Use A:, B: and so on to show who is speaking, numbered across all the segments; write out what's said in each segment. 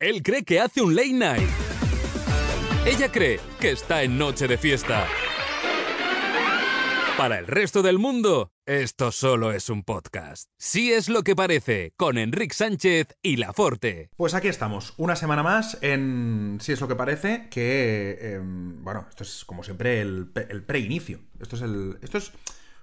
A: Él cree que hace un late night. Ella cree que está en noche de fiesta. Para el resto del mundo, esto solo es un podcast. Sí es lo que parece, con Enrique Sánchez y La Forte.
B: Pues aquí estamos, una semana más en Si es lo que parece, que eh, bueno, esto es como siempre el, pe- el preinicio. Esto es el. Esto es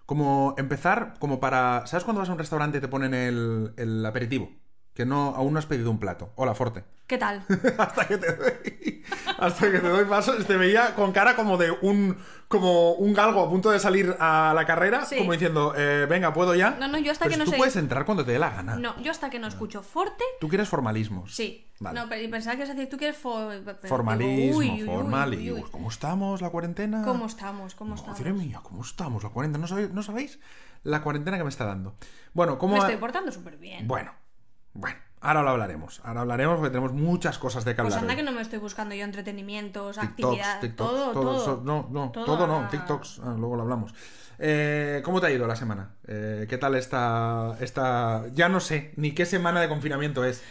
B: como empezar, como para. ¿Sabes cuando vas a un restaurante y te ponen el, el aperitivo? Que no, aún no has pedido un plato. Hola, Forte.
C: ¿Qué tal?
B: hasta que te doy. Hasta que te doy paso. Te veía con cara como de un. como un galgo a punto de salir a la carrera.
C: Sí.
B: Como diciendo, eh, venga, puedo ya.
C: No, no, yo hasta
B: Pero
C: que
B: si
C: no
B: Tú
C: sé-
B: puedes entrar cuando te dé la gana.
C: No, yo hasta que no escucho forte,
B: Tú quieres formalismos.
C: sí.
B: Vale.
C: No, pero y pensaba que ibas a decir, tú quieres for... pero digo,
B: Formalismo,
C: uy, uy, uy,
B: formalismo.
C: uy.
B: ¿Cómo estamos la cuarentena?
C: ¿Cómo estamos? ¿Cómo estamos?
B: Madre mía, ¿cómo estamos la cuarentena? ¿No sabéis, no sabéis la cuarentena que me está dando? Bueno, ¿cómo
C: Me
B: ha-
C: estoy portando súper bien.
B: Bueno, bueno, ahora lo hablaremos. Ahora hablaremos porque tenemos muchas cosas de que
C: pues
B: hablar.
C: anda
B: hoy.
C: que no me estoy buscando yo entretenimientos,
B: TikToks,
C: actividad,
B: TikToks,
C: todo, todo.
B: eso- no, no, todo,
C: Todo
B: no,
C: a-
B: TikToks, ah, luego lo hablamos. Eh, ¿Cómo te ha ido la semana? Eh, ¿Qué tal esta, esta... Ya no sé ni qué semana de confinamiento es.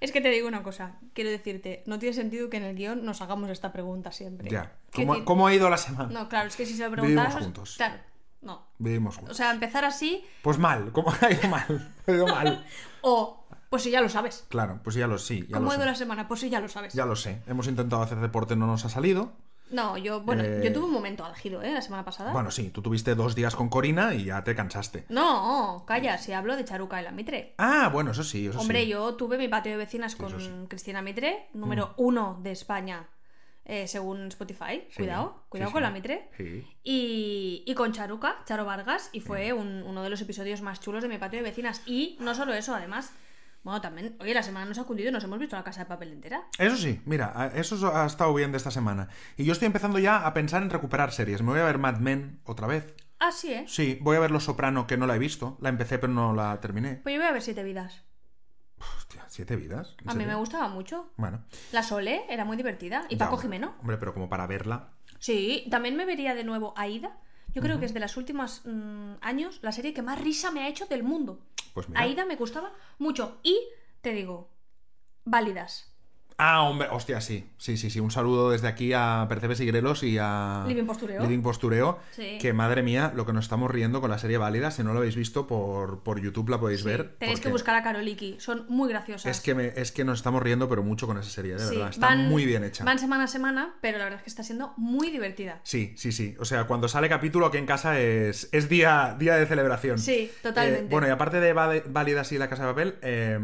C: Es que te digo una cosa, quiero decirte, no tiene sentido que en el guión nos hagamos esta pregunta siempre.
B: Ya.
C: Quiero
B: ¿Cómo,
C: decir-
B: cómo ha ido la semana?
C: No, claro, es que si se lo
B: Vivimos
C: preguntas...
B: juntos.
C: Claro, no.
B: Vivimos
C: O
B: juntos.
C: sea, empezar así
B: Pues mal, ¿cómo ha ido mal? Ha ido mal.
C: o... Pues si ya lo sabes.
B: Claro, pues ya lo sí, ya
C: ¿Cómo
B: lo
C: ha ido
B: sé.
C: la semana? Pues si ya lo sabes.
B: Ya lo sé. Hemos intentado hacer deporte, no nos ha salido.
C: No, yo, bueno,
B: Eh,
C: yo tuve un momento álgido, ¿eh? La semana pasada.
B: Bueno, sí, tú tuviste dos días con Corina y ya te cansaste.
C: No, calla, si hablo de Charuca y la Mitre.
B: Ah, bueno, eso sí, eso
C: Hombre,
B: sí.
C: yo tuve mi patio de vecinas con
B: eso sí. Mm.
C: Cristina Mitre, número uno de España, eh, según Spotify.
B: Sí,
C: cuidado,
B: sí,
C: cuidado
B: sí.
C: con la Mitre.
B: Sí.
C: Y, y con Charuca, Charo Vargas, y fue
B: Mm.
C: un- uno de los episodios más chulos de mi patio de vecinas. Y no solo eso, además, bueno, también, oye, la semana nos ha cundido y nos hemos visto la casa de papel entera.
B: Eso sí, mira, a- eso ha estado bien de esta semana. Y yo estoy empezando ya a pensar en recuperar series. Me voy a ver Mad Men otra vez.
C: Ah, sí, ¿eh?
B: Sí, voy a ver Los Soprano, que no la he visto. La empecé, pero no la terminé.
C: Pues yo voy a ver Siete Vidas.
B: Hostia, siete vidas. ¿En
C: A mí
B: serio?
C: me gustaba mucho.
B: Bueno.
C: La Sole era muy divertida. Y
B: ya,
C: Paco
B: hombre.
C: Jimeno.
B: Hombre, pero como para verla.
C: Sí, también me vería de nuevo Aida. Yo creo que es de las últimas mm, años la serie que más risa me ha hecho del mundo.
B: Pues mira.
C: Aida me gustaba mucho. Y te digo, válidas.
B: Ah, hombre, hostia, sí. Sí, sí, sí. Un saludo desde aquí a Percebes y Grelos y a.
C: Living Postureo.
B: Living Postureo.
C: Sí.
B: Que madre mía, lo que nos estamos riendo con la serie Válida. Si no lo habéis visto por, por YouTube, la podéis ver.
C: Tenéis que
B: porque
C: buscar a Karoliki, son muy graciosas.
B: Es que, me- es que nos estamos riendo, pero mucho con esa serie, de
C: Sí,
B: verdad. Está
C: van-
B: muy bien hecha.
C: Van semana a semana, pero la verdad es que está siendo muy divertida.
B: Sí, sí, sí. O sea, cuando sale capítulo aquí en casa es, es día, día de celebración.
C: Sí, totalmente.
B: Eh, bueno, y aparte de Vade- Válidas y La Casa de Papel, eh,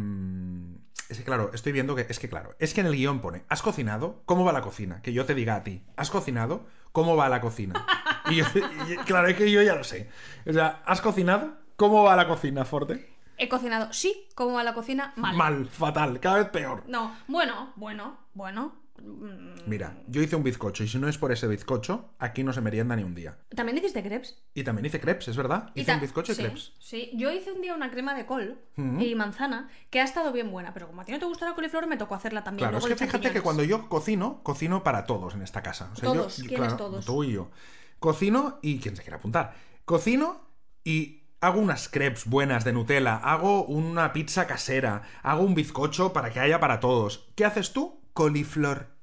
B: es que claro, estoy viendo que, es que claro, es que en el guión pone, ¿has cocinado? ¿Cómo va la cocina? Que yo te diga a ti, ¿has cocinado? ¿Cómo va la cocina? Y yo- y- claro, es que yo ya lo sé. O sea, ¿has cocinado? ¿Cómo va la cocina, Forte?
C: He cocinado, sí, como a la cocina, mal.
B: fatal, cada vez peor.
C: No, bueno, bueno, bueno. Mm,
B: Mira, yo hice un bizcocho y si no es por ese bizcocho, aquí no se merienda ni un día.
C: ¿También hiciste crepes?
B: Y también hice crepes, es verdad.
C: Y
B: Hice un
C: ta-
B: bizcocho
C: sí,
B: y crepes.
C: Sí, yo hice un día una crema de col y manzana que ha estado bien buena, pero como a ti no te gusta la coliflor, me tocó hacerla también.
B: Claro, es
C: luego
B: que
C: le echan
B: fíjate que
C: piñones.
B: cuando yo cocino, cocino para todos en esta casa. O sea, yo-
C: Todos,
B: yo,
C: ¿quiénes
B: claro,
C: todos?
B: Tú y yo. Cocino y quien se quiera apuntar. Cocino y hago unas crepes buenas de Nutella, hago una pizza casera, hago un bizcocho para que haya para todos. ¿Qué haces tú? Coliflor.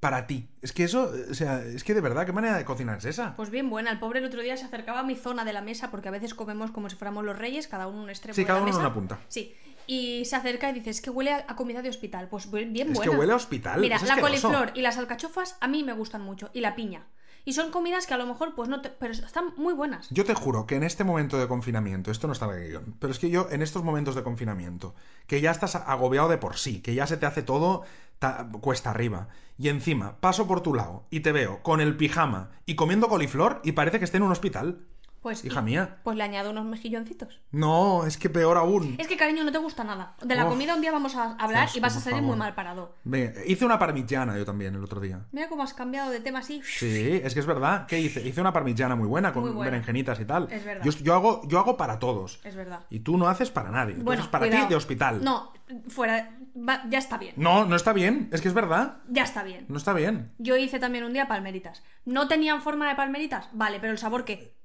B: Para ti. Es que eso, o sea, es que de verdad, ¿qué manera de cocinar es esa?
C: Pues bien buena, el pobre el otro día se acercaba a mi zona de la mesa, porque a veces comemos como si fuéramos los reyes, cada uno en un extremo
B: Sí,
C: de
B: cada
C: la
B: uno en
C: mesa.
B: una punta.
C: Sí, y se acerca y dice, es que huele a, a comida de hospital. Pues bu- bien
B: es
C: buena.
B: que huele a hospital.
C: Mira,
B: es
C: la
B: asqueroso.
C: coliflor y las alcachofas a mí me gustan mucho, y la piña. Y son comidas que a lo mejor, pues no te... Pero están muy buenas.
B: Yo te juro que en este momento de confinamiento, esto no está en el guión, pero es que yo en estos momentos de confinamiento, que ya estás agobiado de por sí, que ya se te hace todo ta- cuesta arriba, y encima paso por tu lado y te veo con el pijama y comiendo coliflor y parece que esté en un hospital.
C: Pues,
B: Hija
C: y-
B: mía.
C: Pues le añado unos mejilloncitos.
B: No, es que peor aún.
C: Es que cariño, no te gusta nada. De la
B: Uf.
C: comida un día vamos a hablar
B: Dios,
C: y vas a
B: por
C: salir
B: favor.
C: muy mal parado.
B: Ve, hice una parmigiana yo también el otro día.
C: Mira cómo has cambiado de tema así.
B: Sí, es que es verdad. ¿Qué hice? Hice una parmigiana muy buena con
C: Muy buena.
B: berenjenitas y tal.
C: Es verdad.
B: Yo, yo hago, yo hago para todos.
C: Es verdad.
B: Y tú no haces para nadie. Tú haces para
C: cuidado.
B: ti de hospital.
C: No, fuera. va- ya está bien.
B: No, no está bien. Es que es verdad.
C: Ya está bien.
B: No está bien.
C: Yo hice también un día palmeritas. ¿No tenían forma de palmeritas? Vale, pero el sabor qué?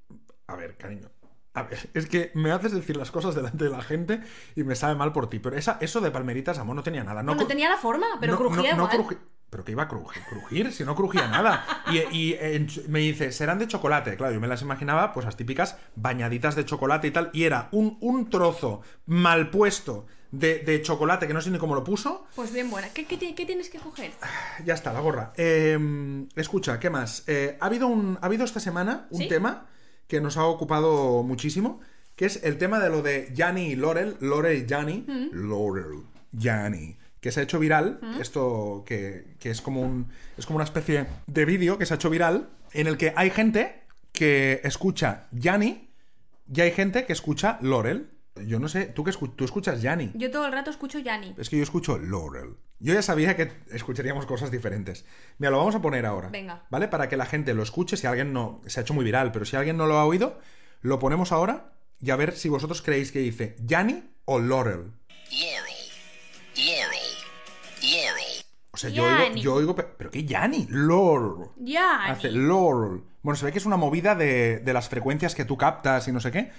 B: A ver, cariño. A ver, es que me haces decir las cosas delante de la gente y me sabe mal por ti. Pero esa, eso de palmeritas, amor, no tenía nada. No,
C: Pues No, no
B: cru-
C: tenía la forma, pero
B: no-
C: crujía
B: no- no
C: igual.
B: cruji- Pero que iba a crujir, crujir, si no crujía nada. Y, y, eh, me dice, serán de chocolate. Claro, yo me las imaginaba, pues las típicas bañaditas de chocolate y tal. Y era un, un trozo mal puesto de, de chocolate que no sé ni cómo lo puso.
C: Pues bien buena. ¿Qué, qué, ti- qué tienes que coger?
B: Ya está, la gorra. Eh, escucha, ¿qué más? Eh, ha, habido un, ha habido esta semana un
C: ¿Sí?
B: tema que nos ha ocupado muchísimo, que es el tema de lo de Yanni y Laurel, Laurel y Yanni, Laurel, Yanni, que se ha hecho viral, esto que, que es, como un, es como una especie de vídeo que se ha hecho viral, en el que hay gente que escucha Yanni y hay gente que escucha Laurel. Yo no sé, ¿tú, que escu- tú escuchas Yanni?
C: Yo todo el rato escucho Yanni.
B: Es que yo escucho Laurel. Yo ya sabía que escucharíamos cosas diferentes. Mira, lo vamos a poner ahora.
C: Venga.
B: ¿Vale? Para que la gente lo escuche. Si alguien no. Se ha hecho muy viral, pero si alguien no lo ha oído, lo ponemos ahora y a ver si vosotros creéis que dice Yanni o Laurel.
D: Laurel. Laurel. Laurel.
B: O sea, yo oigo,
C: Yanni.
B: yo oigo. pe- ¿Pero qué Yanni? Laurel.
C: Yanni.
B: Hace Laurel. Bueno, se ve que es una movida de, de las frecuencias que tú captas y no sé qué.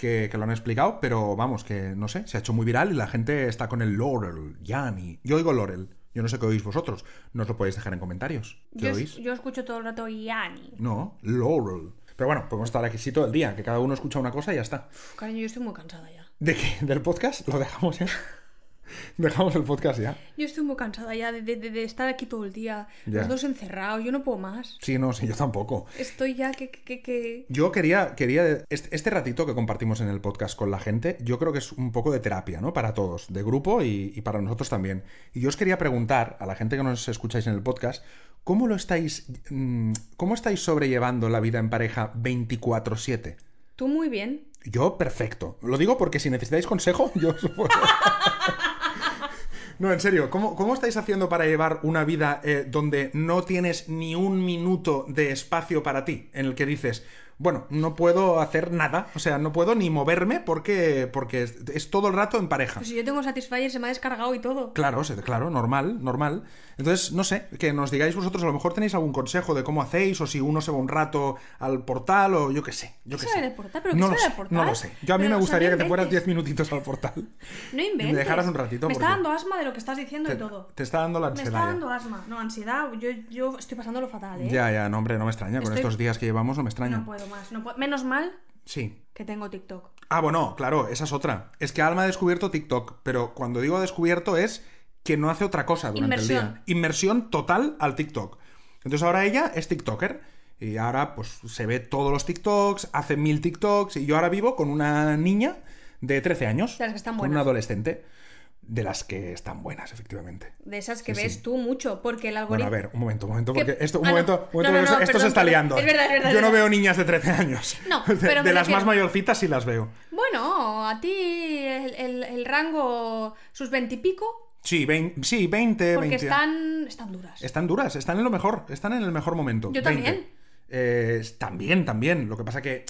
B: Que, que lo han explicado, pero vamos, que no sé, se ha hecho muy viral y la gente está con el Laurel, Yanni. Yo oigo Laurel. Yo no sé qué oís vosotros. No os lo podéis dejar en comentarios. ¿Qué
C: Yo,
B: oís?
C: es- yo escucho todo el rato Yanni.
B: No, Laurel. Pero bueno, podemos estar aquí sí todo el día, que cada uno escucha una cosa y ya está.
C: Uf, cariño, yo estoy muy cansada ya.
B: ¿De qué? ¿Del podcast? Lo dejamos ya. dejamos el podcast ya.
C: Yo estoy muy cansada ya de, de- de- de estar aquí todo el día.
B: Ya.
C: Los dos encerrados, yo no puedo más.
B: Sí, no, sí, yo tampoco.
C: Estoy ya que... que, que, que-
B: Yo quería, quería este, este ratito que compartimos en el podcast con la gente, yo creo que es un poco de terapia, ¿no? Para todos, de grupo y, y para nosotros también. Y yo os quería preguntar a la gente que nos escucháis en el podcast, ¿cómo lo estáis, mm, cómo estáis sobrellevando la vida en pareja 24/7?
C: Tú muy bien.
B: Yo perfecto. Lo digo porque si necesitáis consejo, yo os puedo- No, en serio, ¿cómo, cómo estáis haciendo para llevar una vida eh, donde no tienes ni un minuto de espacio para ti? En el que dices, bueno, no puedo hacer nada, o sea, no puedo ni moverme porque, porque es, es todo el rato en pareja.
C: Pues si yo tengo Satisfyer se me ha descargado y todo.
B: Claro, se- claro, normal, normal. Entonces, no sé, que nos digáis vosotros, a lo mejor tenéis algún consejo de cómo hacéis, o si uno se va un rato al portal, o yo qué sé. Yo qué
C: ¿Qué se va
B: sé.
C: del portal? ¿Pero qué
B: no
C: se
B: lo
C: va del
B: sé,
C: portal?
B: No lo sé. Yo a mí
C: Pero,
B: me
C: o sea,
B: gustaría
C: no
B: que te fueras
C: inventes.
B: 10 minutitos al portal.
C: No inventes.
B: dejaras un ratito,
C: Me está
B: porque-
C: dando asma de lo que estás diciendo
B: Te,
C: y todo.
B: te está dando la
C: me
B: ansiedad.
C: está
B: ya.
C: dando asma. No, ansiedad. Yo, yo estoy pasándolo fatal, ¿eh?
B: Ya, ya, no, hombre, no me extraña. Con
C: Estoy-
B: estos días que llevamos no me extraña.
C: No puedo más. No puedo- Menos mal
B: Sí.
C: que tengo TikTok.
B: Ah, bueno, claro, esa es otra. Es que Alma ha descubierto TikTok, pero cuando digo descubierto es que no hace otra cosa durante el día.
C: Inmersión.
B: Inmersión total al TikTok. Entonces ahora ella es TikToker. Y ahora pues se ve todos los TikToks, hace mil TikToks. Y yo ahora vivo con una niña de 13 años.
C: De las que están
B: con una
C: buenas.
B: adolescente. De las que están buenas, efectivamente.
C: De esas que
B: Sí,
C: ves
B: sí.
C: tú mucho, porque el
B: Bueno,
C: algoritmo...
B: a ver, un momento, un momento,
C: Ah, ¿Qué?
B: porque esto, un
C: Ah, no.
B: momento, un
C: No,
B: momento, porque
C: no, no,
B: esto se
C: perdón,
B: está
C: perdón.
B: liando.
C: Es verdad, es verdad,
B: Yo
C: es
B: no
C: verdad.
B: veo niñas de 13 años.
C: No,
B: De,
C: pero me
B: de las más
C: refiero-
B: mayorcitas sí las veo.
C: Bueno, a ti el, el- el rango sus veintipico,
B: Sí, vein- sí 20,
C: porque
B: 20.
C: están, están duras.
B: Están duras, están en lo mejor, están en el mejor momento.
C: Yo
B: 20.
C: también.
B: Eh, también, también. Lo que pasa que,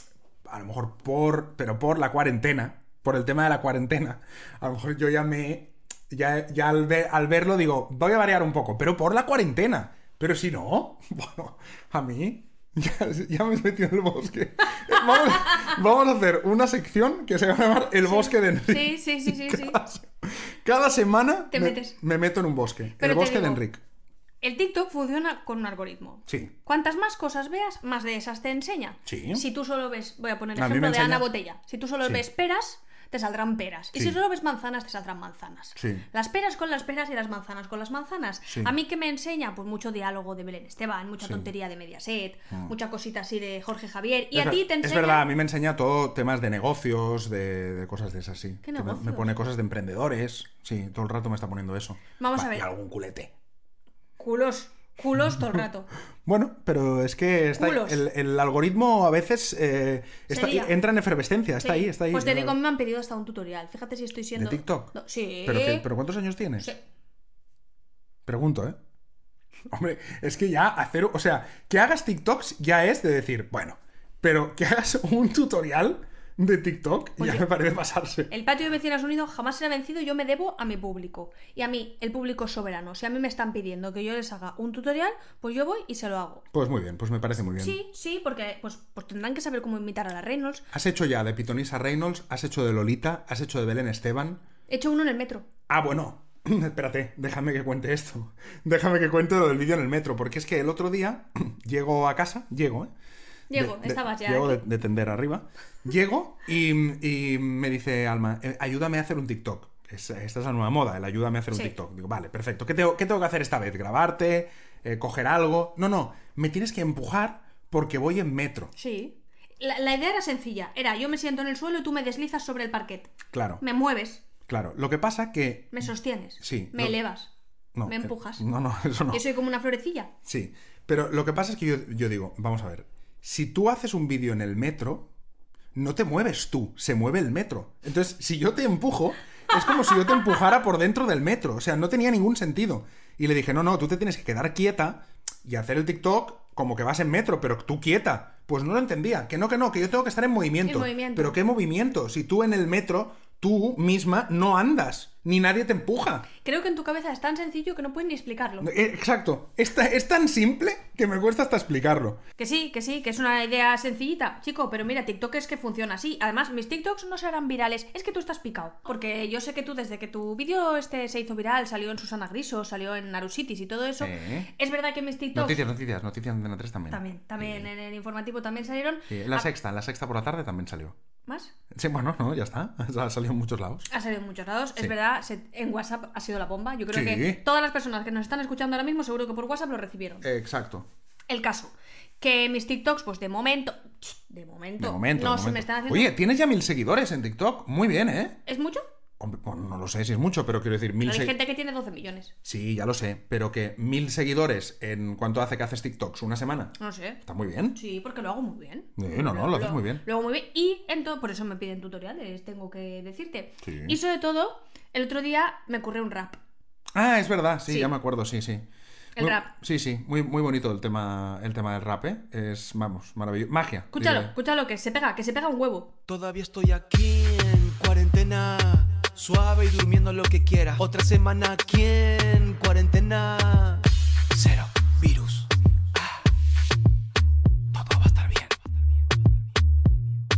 B: a lo mejor por, pero por la cuarentena, por el tema de la cuarentena, a lo mejor yo ya me, ya, ya al, ver- al verlo digo, voy a variar un poco, pero por la cuarentena. Pero si no, bueno, a mí ya, ya me he metido en el bosque. Eh, Vamos, vamos a hacer una sección que se va a llamar El bosque de Enrique.
C: Sí, sí, sí, sí, sí.
B: Cada, se- cada semana
C: Te
B: me,
C: metes.
B: me meto en un bosque.
C: Pero
B: el
C: te
B: bosque de
C: digo-
B: Enrique.
C: El TikTok funciona con un algoritmo.
B: Sí.
C: Cuantas más cosas veas, más de esas te enseña.
B: Sí.
C: Si tú solo ves, voy a poner el
B: A mí me
C: ejemplo de
B: enseña-
C: Ana Botella. Si tú solo
B: Sí.
C: ves peras, te saldrán peras. Y
B: Sí.
C: si solo ves manzanas, te saldrán manzanas.
B: Sí.
C: Las peras con las peras y las manzanas con las manzanas.
B: Sí.
C: A mí que me enseña, pues mucho diálogo de Belén Esteban, mucha
B: Sí. Mm.
C: tontería de Mediaset, mucha cosita así de Jorge Javier. Y
B: Es
C: a ti
B: ver-
C: te enseña.
B: Es verdad, a mí me enseña todo temas de negocios, de, de cosas de esas, sí. Que
C: ¿Qué
B: me- Me
C: negocios?
B: pone cosas de emprendedores. Sí, todo el rato me está poniendo eso.
C: Vamos a ver.
B: Y algún culete.
C: Culos, culos todo el rato.
B: Bueno, pero es que está
C: Culos.
B: el, el algoritmo a veces eh, está-
C: Sería.
B: entra en efervescencia, está
C: Sí.
B: ahí, está ahí.
C: Pues te
B: claro.
C: digo, me han pedido hasta un tutorial. Fíjate si estoy
B: ¿De
C: siendo.
B: TikTok?
C: No, sí.
B: ¿Pero, qué- pero cuántos años tienes?
C: Sí.
B: Pregunto, ¿eh? Hombre, es que ya hacer. O sea, que hagas TikToks ya es de decir, bueno, pero que hagas un tutorial de TikTok y ya
C: Oye.
B: me parece pasarse.
C: El patio de vecinas unido jamás será vencido, yo me debo a mi público. Y a mí, el público es soberano. Si a mí me están pidiendo que yo les haga un tutorial, pues yo voy y se lo hago.
B: Pues muy bien, pues me parece muy bien.
C: Sí, sí, porque pues, pues tendrán que saber cómo imitar a la Reynolds.
B: Has hecho ya de Pitonisa Reynolds, has hecho de Lolita, has hecho de Belén Esteban.
C: He hecho uno en el metro.
B: Ah, bueno, espérate, déjame que cuente esto. Déjame que cuente lo del vídeo en el metro, porque es que el otro día llego a casa, llego, ¿eh?
C: Diego,
B: De- de-
C: estabas ya.
B: Llego
C: aquí.
B: de, de tender arriba. Llego y, y me dice Alma, "Eh, ayúdame a hacer un TikTok. Es- esta es la nueva moda, el ayúdame a hacer un
C: Sí.
B: TikTok. Digo, vale, perfecto. ¿Qué tengo, qué tengo que hacer esta vez? ¿Grabarte? Eh, ¿Coger algo? No, no, me tienes que empujar porque voy en metro.
C: Sí. La, la idea era sencilla. Era yo me siento en el suelo y tú me deslizas sobre el parquet.
B: Claro,
C: Me mueves,
B: claro. Lo que pasa que...
C: me sostienes,
B: Sí,
C: me
B: lo-
C: elevas.
B: no,
C: me
B: eh,
C: empujas.
B: No, no, eso no.
C: Yo soy como una florecilla.
B: Sí, pero lo que pasa es que yo, yo digo, vamos a ver, si tú haces un vídeo en el metro, no te mueves tú, se mueve el metro. Entonces, si yo te empujo, es como si yo te empujara por dentro del metro, o sea, no tenía ningún sentido. Y le dije, no, no, tú te tienes que quedar quieta y hacer el TikTok como que vas en metro, pero tú quieta. Pues no lo entendía, que no, que no, que yo tengo que estar en movimiento.
C: En movimiento.
B: Pero ¿qué movimiento? Si tú en el metro, tú misma no andas, ni nadie te empuja.
C: Creo que en tu cabeza es tan sencillo que no puedes ni explicarlo.
B: Eh, Exacto, es, ta- es tan simple que me cuesta hasta explicarlo.
C: Que sí, que sí, que es una idea sencillita, chico, pero mira, TikTok es que funciona así. Además, mis TikToks no serán virales, es que tú estás picado. Porque yo sé que tú, desde que tu vídeo este se hizo viral, salió en Susana Griso, salió en Narusitis y todo eso,
B: Eh.
C: es verdad que mis TikToks...
B: Noticias, noticias, noticias de Antena 3 también.
C: También, también
B: Sí.
C: en el informativo también salieron.
B: Sí, La
C: Ah,
B: sexta, la sexta por la tarde también salió.
C: ¿Más?
B: Sí, bueno, no, ya está. Ha salido en muchos lados.
C: Ha salido en muchos lados,
B: Sí.
C: es verdad, se- en WhatsApp ha sido la bomba. Yo creo
B: Sí.
C: que todas las personas que nos están escuchando ahora mismo seguro que por WhatsApp lo recibieron.
B: Eh, Exacto.
C: El caso, que mis TikToks, pues de momento, de momento,
B: De momento.
C: no
B: de
C: se
B: momento.
C: me están haciendo...
B: Oye, tienes ya mil seguidores en TikTok. Muy bien, ¿eh?
C: ¿Es mucho?
B: Hombre, bueno, no lo sé si es mucho, pero quiero decir, mil
C: Pero hay
B: seguidores.
C: gente que tiene 12 millones.
B: Sí, ya lo sé. Pero que mil seguidores en cuánto hace que haces TikToks, una semana.
C: No sé.
B: Está muy bien.
C: Sí, porque lo hago muy bien.
B: Sí, no, no, lo haces muy bien.
C: Lo hago muy bien. Y entonces, por eso me piden tutoriales, tengo que decirte.
B: Sí.
C: Y sobre todo, el otro día me ocurrió un rap.
B: Ah, es verdad, sí,
C: Sí.
B: ya me acuerdo, sí, sí.
C: El
B: Muy-
C: rap.
B: Sí, sí, muy, muy bonito el tema, el tema del rap, ¿eh? Es, vamos, maravilloso. Magia.
C: Escúchalo,
B: diré.
C: escúchalo, que se pega, que se pega un huevo.
E: Todavía estoy aquí en cuarentena, suave y durmiendo lo que quiera. Otra semana aquí en cuarentena, cero virus. Ah. Todo va a estar bien.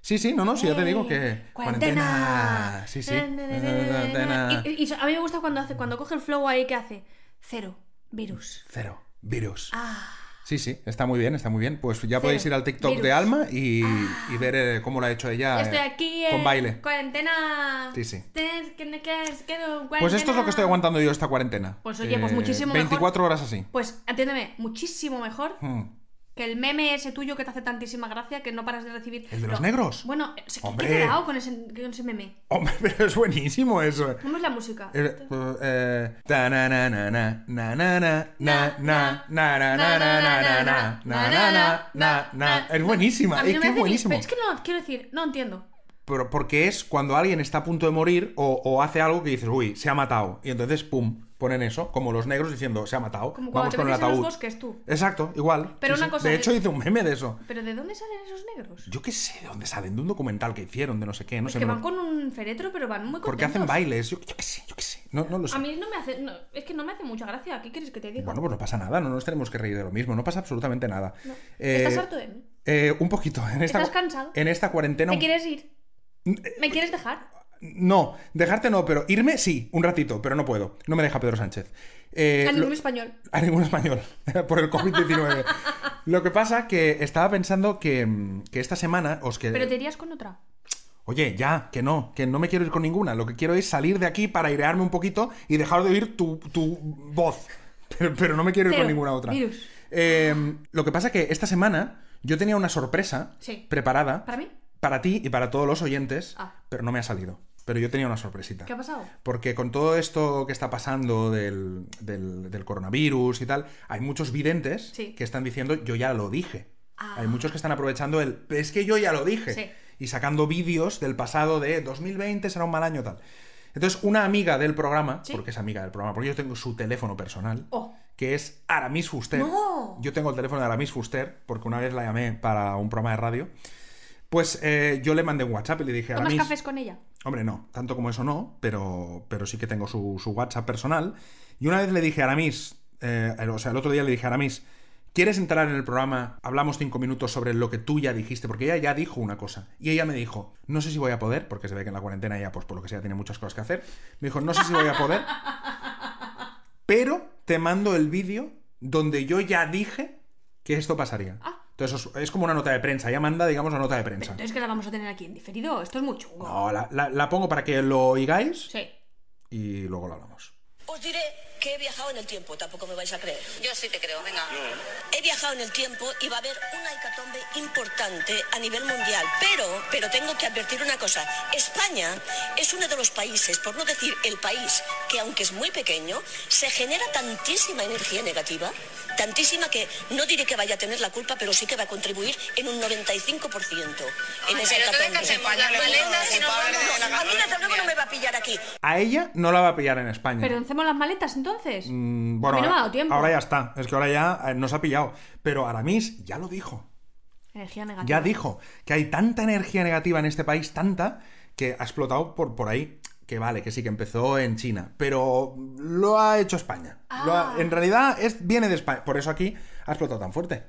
B: Sí, sí, no, no, sí, ya te digo que.
C: Eh, ¡Cuarentena!
B: Sí, sí.
C: Na, na, na, na, na,
B: Cuarentena.
C: na. Y, y a mí me gusta cuando hace, cuando coge el flow ahí que hace cero, virus.
B: Cero. Virus.
C: Ah,
B: Sí, sí, está muy bien, está muy bien. Pues ya
C: Cero.
B: podéis ir al TikTok de
C: Virus. Ah.
B: Alma y, y ver eh, cómo lo ha hecho ella.
C: estoy
B: eh,
C: aquí en
B: Con baile.
C: cuarentena.
B: Sí, sí.
C: Tienes que- que- que- que-
B: Pues esto es lo que estoy
C: cuarentena.
B: aguantando yo esta cuarentena.
C: Pues oye, pues muchísimo mejor.
B: 24 horas así.
C: Pues entiéndeme, muchísimo mejor
B: Mm.
C: que el meme ese tuyo que te hace tantísima gracia que no paras de recibir.
B: ¿El de los
C: No.
B: negros?
C: Bueno, eh, ¿qué-
B: Hombre.
C: ¿qué te he dado con ese, con ese meme?
B: Hombre, pero es buenísimo eso.
C: ¿Cómo es la música? Este.
B: Eh, eh, ta-na-na-na-na, na-na-na, na-na, na-na-na, na-na-na, na-na-na, na-na. Es buenísima,
C: A mí
B: es que
C: no me
B: es
C: hace ni-
B: buenísimo.
C: pero Es que no, quiero decir, no entiendo.
B: Pero porque es cuando alguien está a punto de morir o, o hace algo que dices, uy, se ha matado. Y entonces, pum, ponen eso, como los negros diciendo, se ha matado.
C: Como cuando
B: Vamos
C: te
B: con el
C: metes en
B: ataúd.
C: los bosques tú.
B: Exacto, igual.
C: Pero una cosa
B: De
C: que-
B: hecho, hice un meme de eso.
C: ¿Pero de dónde salen esos negros?
B: Yo qué sé de dónde salen, de un documental que hicieron, de no sé qué, no
C: es
B: sé
C: que
B: me lo-
C: van con un féretro, pero van muy contentos.
B: Porque hacen bailes, yo, yo qué sé, yo qué sé. No, no lo sé.
C: A mí no me hace... no, es que no me hace mucha gracia. ¿Qué quieres que te diga?
B: Bueno, pues no pasa nada, no nos tenemos que reír de lo mismo, no pasa absolutamente nada.
C: ¿Estás
B: Eh,
C: harto de mí?
B: eh, un poquito. En esta,
C: ¿Estás cansado?
B: En esta cuarentena.
C: ¿Te
B: un-
C: quieres ir?
B: eh,
C: ¿Me quieres dejar?
B: No, dejarte no, pero irme sí, un ratito, pero no puedo. No me deja Pedro Sánchez. Eh,
C: A
B: lo-
C: ningún español.
B: a ningún español, por el COVID-19. lo que pasa que estaba pensando que, mm, que esta semana os que...
C: Pero te irías con otra.
B: Oye, ya, que no, que no me quiero ir con ninguna. Lo que quiero es salir de aquí para airearme un poquito y dejar de oír tu, tu voz. Pero, pero no me quiero ir
C: Cero,
B: con ninguna otra.
C: virus.
B: Eh, lo que pasa que esta semana yo tenía una sorpresa
C: Sí.
B: preparada
C: ¿Para mí?
B: para ti y para todos los oyentes,
C: Ah.
B: pero no me ha salido. Pero yo tenía una sorpresita.
C: ¿Qué ha pasado?
B: Porque con todo esto que está pasando del, del- del coronavirus y tal, hay muchos videntes
C: Sí.
B: que están diciendo yo ya lo dije.
C: Ah.
B: Hay muchos que están aprovechando el es que yo ya lo dije.
C: Sí.
B: Y sacando vídeos del pasado de 2020 será un mal año tal. Entonces, una amiga del programa,
C: Sí.
B: porque es amiga del programa, porque yo tengo su teléfono personal,
C: Oh.
B: que es Aramis Fuster.
C: No.
B: Yo tengo el teléfono de Aramis Fuster, porque una vez la llamé para un programa de radio. Pues eh, yo le mandé un WhatsApp y le dije a
C: ¿Tomas
B: Aramis-
C: cafés con ella?
B: Hombre, no, tanto como eso no, pero, pero sí que tengo su, su WhatsApp personal. Y una vez le dije a Aramis, eh, el- o sea, el otro día le dije a Aramis, ¿quieres entrar en el programa? Hablamos cinco minutos sobre lo que tú ya dijiste, porque ella ya dijo una cosa. Y ella me dijo, no sé si voy a poder, porque se ve que en la cuarentena ella, pues por lo que sea, tiene muchas cosas que hacer. Me dijo, no sé si voy a poder, pero te mando el vídeo donde yo ya dije que esto pasaría. Entonces os- es como una nota de prensa, ella manda, digamos, la nota de prensa.
C: Entonces que la vamos a tener aquí en diferido. Esto es muy chungo.
B: No, la, la- la pongo para que lo oigáis
C: Sí.
B: y luego lo hablamos.
F: Os diré que he viajado en el tiempo, tampoco me vais a creer.
G: Yo sí te creo, venga.
F: He viajado en el tiempo y va a haber una hecatombe importante a nivel mundial. Pero, pero tengo que advertir una cosa. España es uno de los países, por no decir el país, que aunque es muy pequeño, se genera tantísima energía negativa, tantísima que no diré que vaya a tener la culpa, pero sí que va a contribuir en un 95% en
G: Ay,
F: esa
G: pero entonces, ¿qué
F: hecatombe.
G: hacemos? Las maletas y nos vamos.
F: No, a mí la hecatombe no me va a pillar aquí.
B: A ella no la va a pillar en España.
C: ¿Pero hacemos las maletas entonces?
B: Mm, bueno,
C: a mí no me ha dado
B: ahora-
C: tiempo.
B: ahora ya está. Es que ahora ya eh, nos ha pillado. Pero Aramis ya lo dijo.
C: Energía negativa.
B: Ya dijo que hay tanta energía negativa en este país, tanta, que ha explotado por, por ahí. Que vale, que sí, que empezó en China. Pero lo ha hecho España. Lo ha-
C: Ah.
B: en realidad es, viene de España. Por eso aquí ha explotado tan fuerte.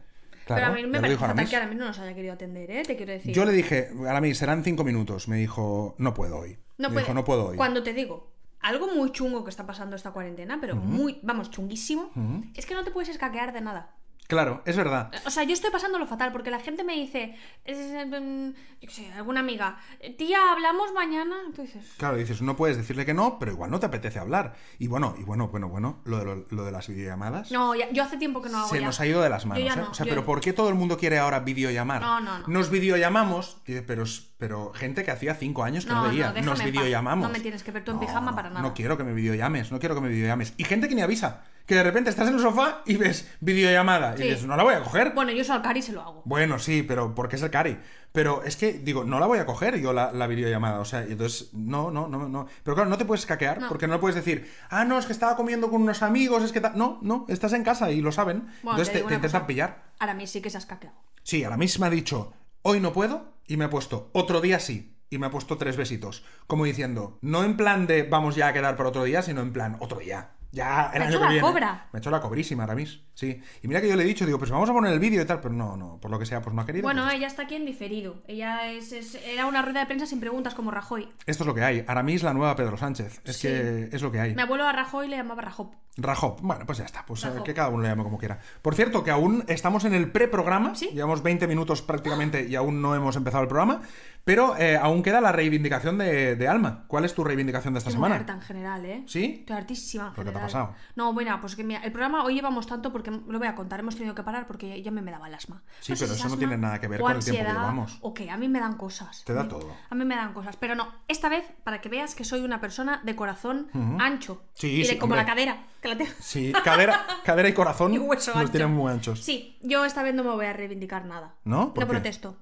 B: Claro,
C: Pero a mí
B: ya
C: me
B: lo
C: parece
B: dijo
C: fatal
B: Aramis.
C: que ahora mismo no nos haya querido atender, ¿eh? Te quiero decir.
B: Yo le dije, Aramis, serán cinco minutos. Me dijo, no puedo hoy.
C: no
B: me
C: puede-
B: dijo, no puedo hoy.
C: Cuando te digo, algo muy chungo que está pasando esta cuarentena, pero muy, vamos, chunguísimo, es que no te puedes escaquear de nada.
B: Claro, es verdad.
C: O sea, yo estoy pasándolo fatal porque la gente me dice, eh, mm, yo qué sé, alguna amiga, tía, hablamos mañana. Tú dices,
B: Claro, dices, no puedes decirle que no, pero igual no te apetece hablar. Y bueno, y bueno, bueno, bueno, lo de, lo, lo de las videollamadas.
C: no, ya- yo hace tiempo que no hago
B: se
C: ya".
B: nos ha ido de las
C: Yo
B: manos.
C: ya
B: ¿eh?
C: no,
B: o sea,
C: yo
B: pero
C: ya-
B: ¿por qué todo el mundo quiere ahora videollamar?
C: No, no, no.
B: Nos videollamamos, y- pero, pero gente que hacía cinco años que
C: No,
B: no,
C: no,
B: veía.
C: déjame
B: Nos
C: en paz.
B: videollamamos.
C: No me tienes que ver tú en pijama para nada.
B: No quiero que me videollames, no quiero que me videollames. Y gente que ni avisa, que de repente estás en el sofá y ves videollamada.
C: Sí.
B: Y dices, no la voy a coger.
C: Bueno, yo eso al cari se lo hago.
B: Bueno, sí, pero porque es el Cari. Pero es que, digo, no la voy a coger yo la, la videollamada. O sea, y entonces, no, no, no, no. Pero claro, no te puedes caquear porque no puedes decir, ah, no, es que estaba comiendo con unos amigos, es que tal. No, no, estás en casa y lo saben.
C: Bueno,
B: entonces te,
C: digo
B: te
C: una
B: intentan
C: cosa.
B: pillar.
C: Ahora a mí sí que se ha escaqueado.
B: Sí, ahora mismo ha dicho, hoy no puedo y me ha puesto otro día sí. Y me ha puesto tres besitos. Como diciendo, no en plan de vamos ya a quedar para otro día, sino en plan otro día. Ya, el
C: Me
B: año
C: ha hecho
B: que
C: la
B: viene.
C: cobra.
B: Me ha hecho la cobrísima ahora mismo. Sí. Y mira que yo le he dicho, digo, pues vamos a poner el vídeo y tal. Pero no, no, por lo que sea, pues no ha querido.
C: Bueno,
B: pues
C: ella está aquí en diferido. Ella es, es- era una rueda de prensa sin preguntas como Rajoy.
B: Esto es lo que hay. Aramis la nueva Pedro Sánchez. Es
C: Sí.
B: que es lo que hay.
C: Mi abuelo a Rajoy le llamaba Rajop.
B: Rajop. Bueno, pues ya está. Pues eh,
C: Rajop.
B: que cada uno le llame como quiera. Por cierto, que aún estamos en el preprograma.
C: Sí.
B: Llevamos 20 minutos prácticamente y aún no hemos empezado el programa. Pero eh, aún queda la reivindicación de, de Alma. ¿Cuál es tu reivindicación de esta
C: Estoy muy
B: semana?
C: harta en general, ¿eh?
B: ¿Sí?
C: Estoy hartísima en
B: ¿Pero qué te ha
C: general.
B: pasado?
C: No, bueno, pues que mira, el programa hoy llevamos tanto porque lo voy a contar, hemos tenido que parar porque ya me, me daba el asma.
B: Sí,
C: sé
B: pero
C: si es
B: eso no
C: asma
B: tiene nada que ver
C: o
B: con el tiempo que
C: ansiedad
B: llevamos.
C: O que a mí me dan cosas.
B: Te da
C: A mí-
B: todo.
C: A mí me dan cosas, pero no, esta vez para que veas que soy una persona de corazón ancho.
B: Sí,
C: y de-
B: sí,
C: como
B: hombre.
C: la cadera, que la tengo.
B: Sí, cadera, cadera y corazón
C: Y hueso
B: los
C: ancho.
B: tienen muy anchos.
C: Sí, yo esta vez no me voy a reivindicar nada.
B: ¿No? ¿Por
C: No
B: qué?
C: protesto.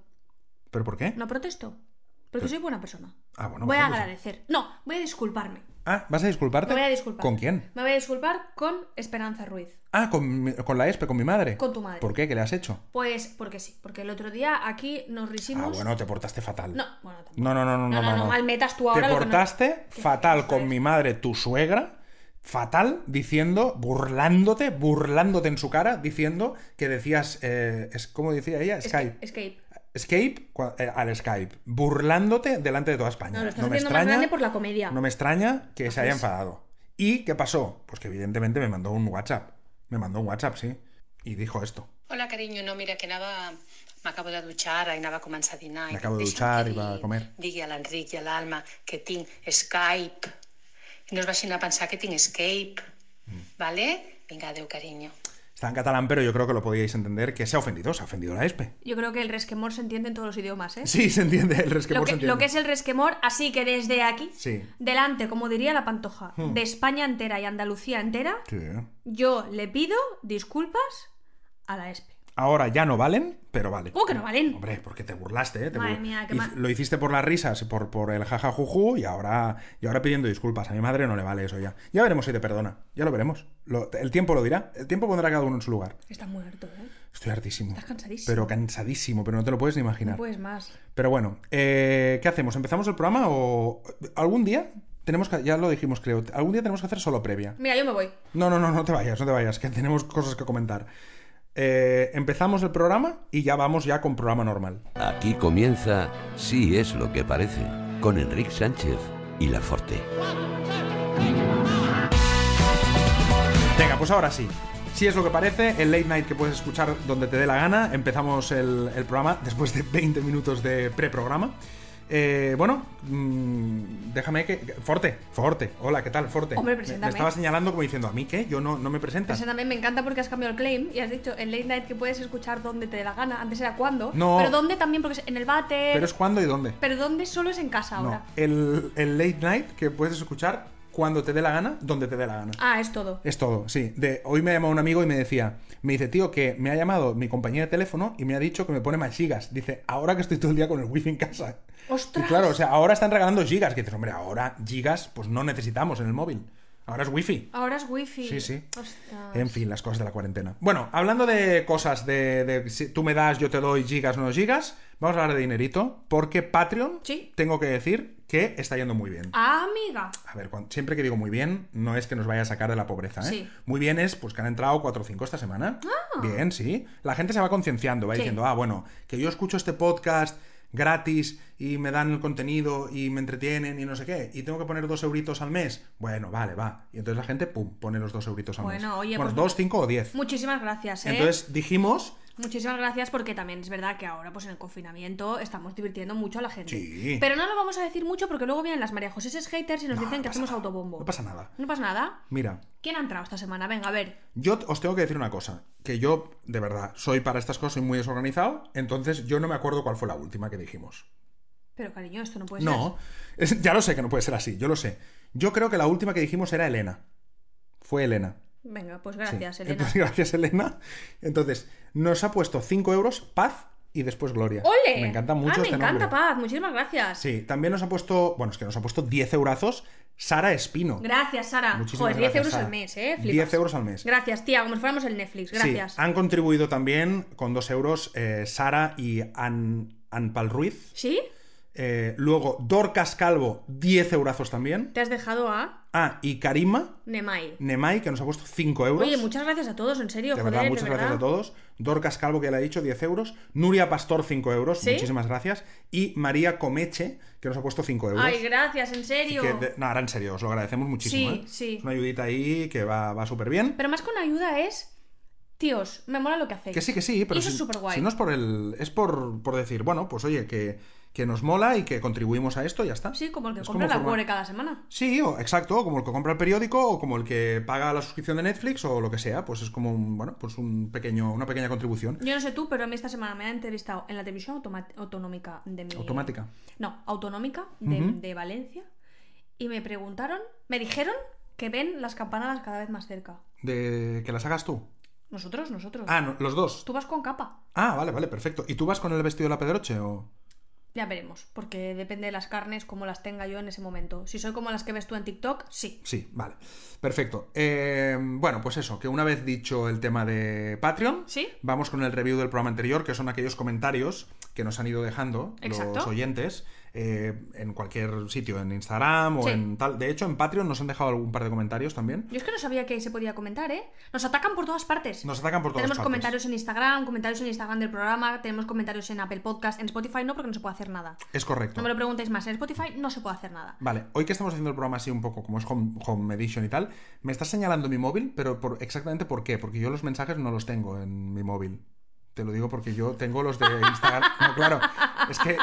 B: ¿Pero por qué?
C: No protesto. Porque soy buena persona.
B: Ah, bueno,
C: voy a
B: vale, pues-
C: agradecer. No, voy a disculparme.
B: Ah, ¿vas a disculparte?
C: Me voy a disculpar.
B: ¿Con quién?
C: Me voy a disculpar con Esperanza Ruiz.
B: Ah, con, mi- con la ESPE, con mi madre.
C: Con tu madre.
B: ¿Por qué? ¿Qué le has hecho?
C: Pues porque sí, porque el otro día aquí nos
B: Ah,
C: risimos.
B: bueno, te portaste fatal.
C: No, bueno, tampoco.
B: No, no, no, no, no,
C: No, no,
B: no,
C: no, mal metas tú ahora
B: Te
C: lo que no-
B: portaste
C: que-
B: fatal
C: eso
B: con
C: es.
B: mi madre, tu suegra, fatal, diciendo, burlándote, burlándote en su cara, diciendo que decías, eh, es, ¿cómo decía ella? Skype.
C: Escape. Escape.
B: Escape cua- eh, al Skype, burlándote delante de toda España.
C: No, lo estás haciendo más grande por la comedia.
B: No me extraña que se haya
C: Entonces-
B: enfadado. ¿Y qué pasó? Pues que evidentemente me mandó un WhatsApp. Me mandó un WhatsApp, sí. Y dijo esto.
G: Hola, cariño. No, mira, que anava... M'acabo de dutxar, anava a començar a dinar. i
B: M'acabo de
G: deixa'm
B: dutxar
G: que
B: i va
G: digui-
B: a comer.
G: Digui a l'Enric i a l'Alma que tinc Skype. I no es vagin a pensar que tinc Escape.
B: Mm.
G: Vale? Vinga, adeu, cariño.
B: Está en catalán, pero yo creo que lo podíais entender, que se ha ofendido, se ha ofendido la E ESPE.
C: Yo creo que el resquemor se entiende en todos los idiomas, ¿eh?
B: Sí, se entiende, el
C: Lo
B: resquemor
C: que,
B: se
C: lo
B: entiende.
C: que es el resquemor, así que desde aquí,
B: Sí. Hmm.
C: delante, como diría la pantoja, de España entera y Andalucía entera,
B: Sí.
C: yo le pido disculpas a la E ESPE.
B: ahora ya no valen, pero vale.
C: ¿Cómo que no valen?
B: Hombre, porque te burlaste, ¿eh? Te
C: Madre
B: bur-
C: mía, qué
B: hic-
C: ma-
B: Lo hiciste por las risas, por, por el jajajuju, y ahora, y ahora pidiendo disculpas. A mi madre no le vale eso ya. Ya veremos si te perdona. Ya lo veremos. Lo- el tiempo lo dirá. El tiempo pondrá a cada uno en su lugar.
C: Está muerto, ¿eh?
B: Estoy hartísimo.
C: Estás cansadísimo.
B: Pero cansadísimo, pero no te lo puedes ni imaginar.
C: No puedes más.
B: Pero bueno, eh, ¿qué hacemos? ¿Empezamos el programa o algún día? Tenemos que, ya lo dijimos, creo. Algún día tenemos que hacer solo previa.
C: Mira, yo me voy.
B: No, no, no, no te vayas, no te vayas, que tenemos cosas que comentar. Eh, empezamos el programa y ya vamos ya con programa normal.
H: Aquí comienza Sí es lo que parece, con Enrique Sánchez y La Forte.
B: Venga, pues ahora sí. Si es lo que parece, el late night que puedes escuchar donde te dé la gana. Empezamos el, el programa después de 20 minutos de preprograma. Eh, bueno, mm, déjame que. Forte, Forte. Hola, ¿qué tal, Forte?
C: Hombre,
B: Me- Me,
C: preséntame.
B: estaba señalando como diciendo, ¿a mí qué? Yo no, no me presentas.
C: Eso también me encanta porque has cambiado el claim y has dicho en late night que puedes escuchar donde te dé la gana. Antes era cuando.
B: No.
C: Pero dónde también, porque es en el váter.
B: Pero es cuándo y dónde.
C: Pero dónde solo es en casa
B: No,
C: ahora.
B: el, el late night que puedes escuchar cuando te dé la gana, donde te dé la gana.
C: Ah, es todo.
B: Es todo, sí. De, hoy me ha llamado un amigo y me decía, me dice, tío, que me ha llamado mi compañía de teléfono y me ha dicho que me pone más gigas. Dice, ahora que estoy todo el día con el wifi en casa.
C: ¡Ostras!
B: Y claro, o sea, ahora están regalando gigas. Que dices, hombre, ahora gigas, pues no necesitamos en el móvil. Ahora es wifi.
C: Ahora es wifi.
B: Sí, sí.
C: Ostras.
B: En fin, las cosas de la cuarentena. Bueno, hablando de cosas de, de si tú me das, yo te doy gigas, no gigas, vamos a hablar de dinerito, porque Patreon,
C: Sí.
B: tengo que decir que está yendo muy bien.
C: Ah, amiga.
B: A ver, cuan- siempre que digo muy bien, no es que nos vaya a sacar de la pobreza, ¿eh?
C: Sí. Ah.
B: Muy bien es pues que han entrado 4 o 5 esta semana. Bien, sí. La gente se va concienciando, va
C: Sí.
B: diciendo, ah, bueno, que yo escucho este podcast gratis y me dan el contenido y me entretienen y no sé qué, y tengo que poner dos euritos al mes. Bueno, vale, va. Y entonces la gente, pum, pone los dos euritos al mes.
C: Bueno, oye,
B: bueno,
C: pues-
B: 2, 5 o 10.
C: Muchísimas gracias, ¿eh?
B: Entonces dijimos
C: Muchísimas gracias porque también es verdad que ahora pues en el confinamiento estamos divirtiendo mucho a la gente.
B: Sí.
C: Pero no lo vamos a decir mucho porque luego vienen las María José haters y nos
B: No,
C: dicen
B: no pasa
C: que hacemos
B: nada,
C: autobombo.
B: No pasa nada.
C: No pasa nada.
B: Mira,
C: ¿Quién ha entrado esta semana? Venga, a ver.
B: Yo t- os tengo que decir una cosa, que yo, de verdad, soy para estas cosas, soy muy desorganizado, entonces yo no me acuerdo cuál fue la última que dijimos.
C: Pero cariño, esto no puede
B: No, es- ya lo sé que no puede ser así, yo lo sé. Yo creo que la última que dijimos era Elena. Fue Elena.
C: ser. Venga, pues
B: Sí.
C: gracias, Elena.
B: Entonces, gracias, Elena. Entonces, nos ha puesto 5 euros, paz y después gloria.
C: ¡Ole!
B: Me encanta mucho
C: Ah, me
B: este
C: encanta,
B: nombre.
C: Paz. Muchísimas gracias.
B: Sí, también nos ha puesto, bueno, es que nos ha puesto 10 eurazos Sara Espino.
C: Gracias, Sara.
B: Muchísimas
C: Joder, 10
B: gracias,
C: pues euros
B: Sara.
C: al mes, ¿eh?
B: 10
C: Flipas.
B: euros al mes.
C: Gracias, tía, como si fuéramos el Netflix. Gracias.
B: Sí, Ah. han contribuido también con dos euros eh, Sara y An, Anpal Ruiz.
C: ¿Sí?
B: Eh, luego Dorcas Calvo, 10 eurazos también.
C: Te has dejado a
B: Ah, y Karima
C: Nemai.
B: Nemai, que nos ha puesto 5 euros.
C: Oye, muchas gracias a todos, en serio,
B: de
C: joder,
B: verdad, muchas
C: de
B: gracias
C: verdad.
B: a todos. Dorcas Calvo, que le ha dicho 10 euros. Nuria Pastor, 5 euros.
C: ¿Sí?
B: Muchísimas gracias. Y María Comeche, que nos ha puesto 5 euros.
C: Ay, gracias, en
B: Así
C: serio.
B: que, de- no, ahora en serio, os lo agradecemos muchísimo.
C: Sí,
B: ¿eh?
C: sí.
B: Es una ayudita ahí que va, va súper bien.
C: Pero más con ayuda es. Tíos, me mola lo que hacéis.
B: Que sí, que sí, pero
C: Y eso
B: si,
C: es súper guay.
B: si no es por el. Es por, por decir, bueno, pues oye, que, que nos mola y que contribuimos a esto, ya está.
C: Sí, como el que
B: Es
C: compra la
B: formar-
C: cuore cada semana.
B: Sí, o, exacto, o como el que compra el periódico, o como el que paga la suscripción de Netflix, o lo que sea, pues es como un, bueno, pues un pequeño, una pequeña contribución.
C: Yo no sé tú, pero a mí esta semana me han entrevistado en la televisión automa- autonómica de mi.
B: Automática.
C: No, autonómica de,
B: Ujú.
C: de Valencia. Y me preguntaron, me dijeron que ven las campanadas cada vez más cerca.
B: De que las hagas tú.
C: Nosotros, nosotros.
B: Ah, no, los dos.
C: Tú vas con capa.
B: Ah, vale, vale, perfecto. ¿Y tú vas con el vestido de la pedroche o.?
C: Ya veremos, porque depende de las carnes como las tenga yo en ese momento. Si soy como las que ves tú en TikTok, sí.
B: Sí, vale. Perfecto. Eh, bueno, pues eso, que una vez dicho el tema de Patreon,
C: Sí.
B: vamos con el review del programa anterior, que son aquellos comentarios que nos han ido dejando los
C: Exacto.
B: oyentes eh, en cualquier sitio, en Instagram o
C: Sí.
B: en tal. De hecho, en Patreon nos han dejado algún par de comentarios también.
C: Yo es que no sabía que se podía comentar, ¿eh? Nos atacan por todas partes.
B: Nos atacan por todas
C: Tenemos
B: partes.
C: comentarios en Instagram, comentarios en Instagram del programa, tenemos comentarios en Apple Podcast, en Spotify no, porque no se puede hacer nada.
B: Es correcto.
C: No me lo preguntéis más, en Spotify no se puede hacer nada.
B: Vale, hoy que estamos haciendo el programa así un poco como es Home, Home Edition y tal, me está señalando mi móvil, pero por, exactamente por qué, porque yo los mensajes no los tengo en mi móvil. Te lo digo porque yo tengo los de Instagram. No, claro, es que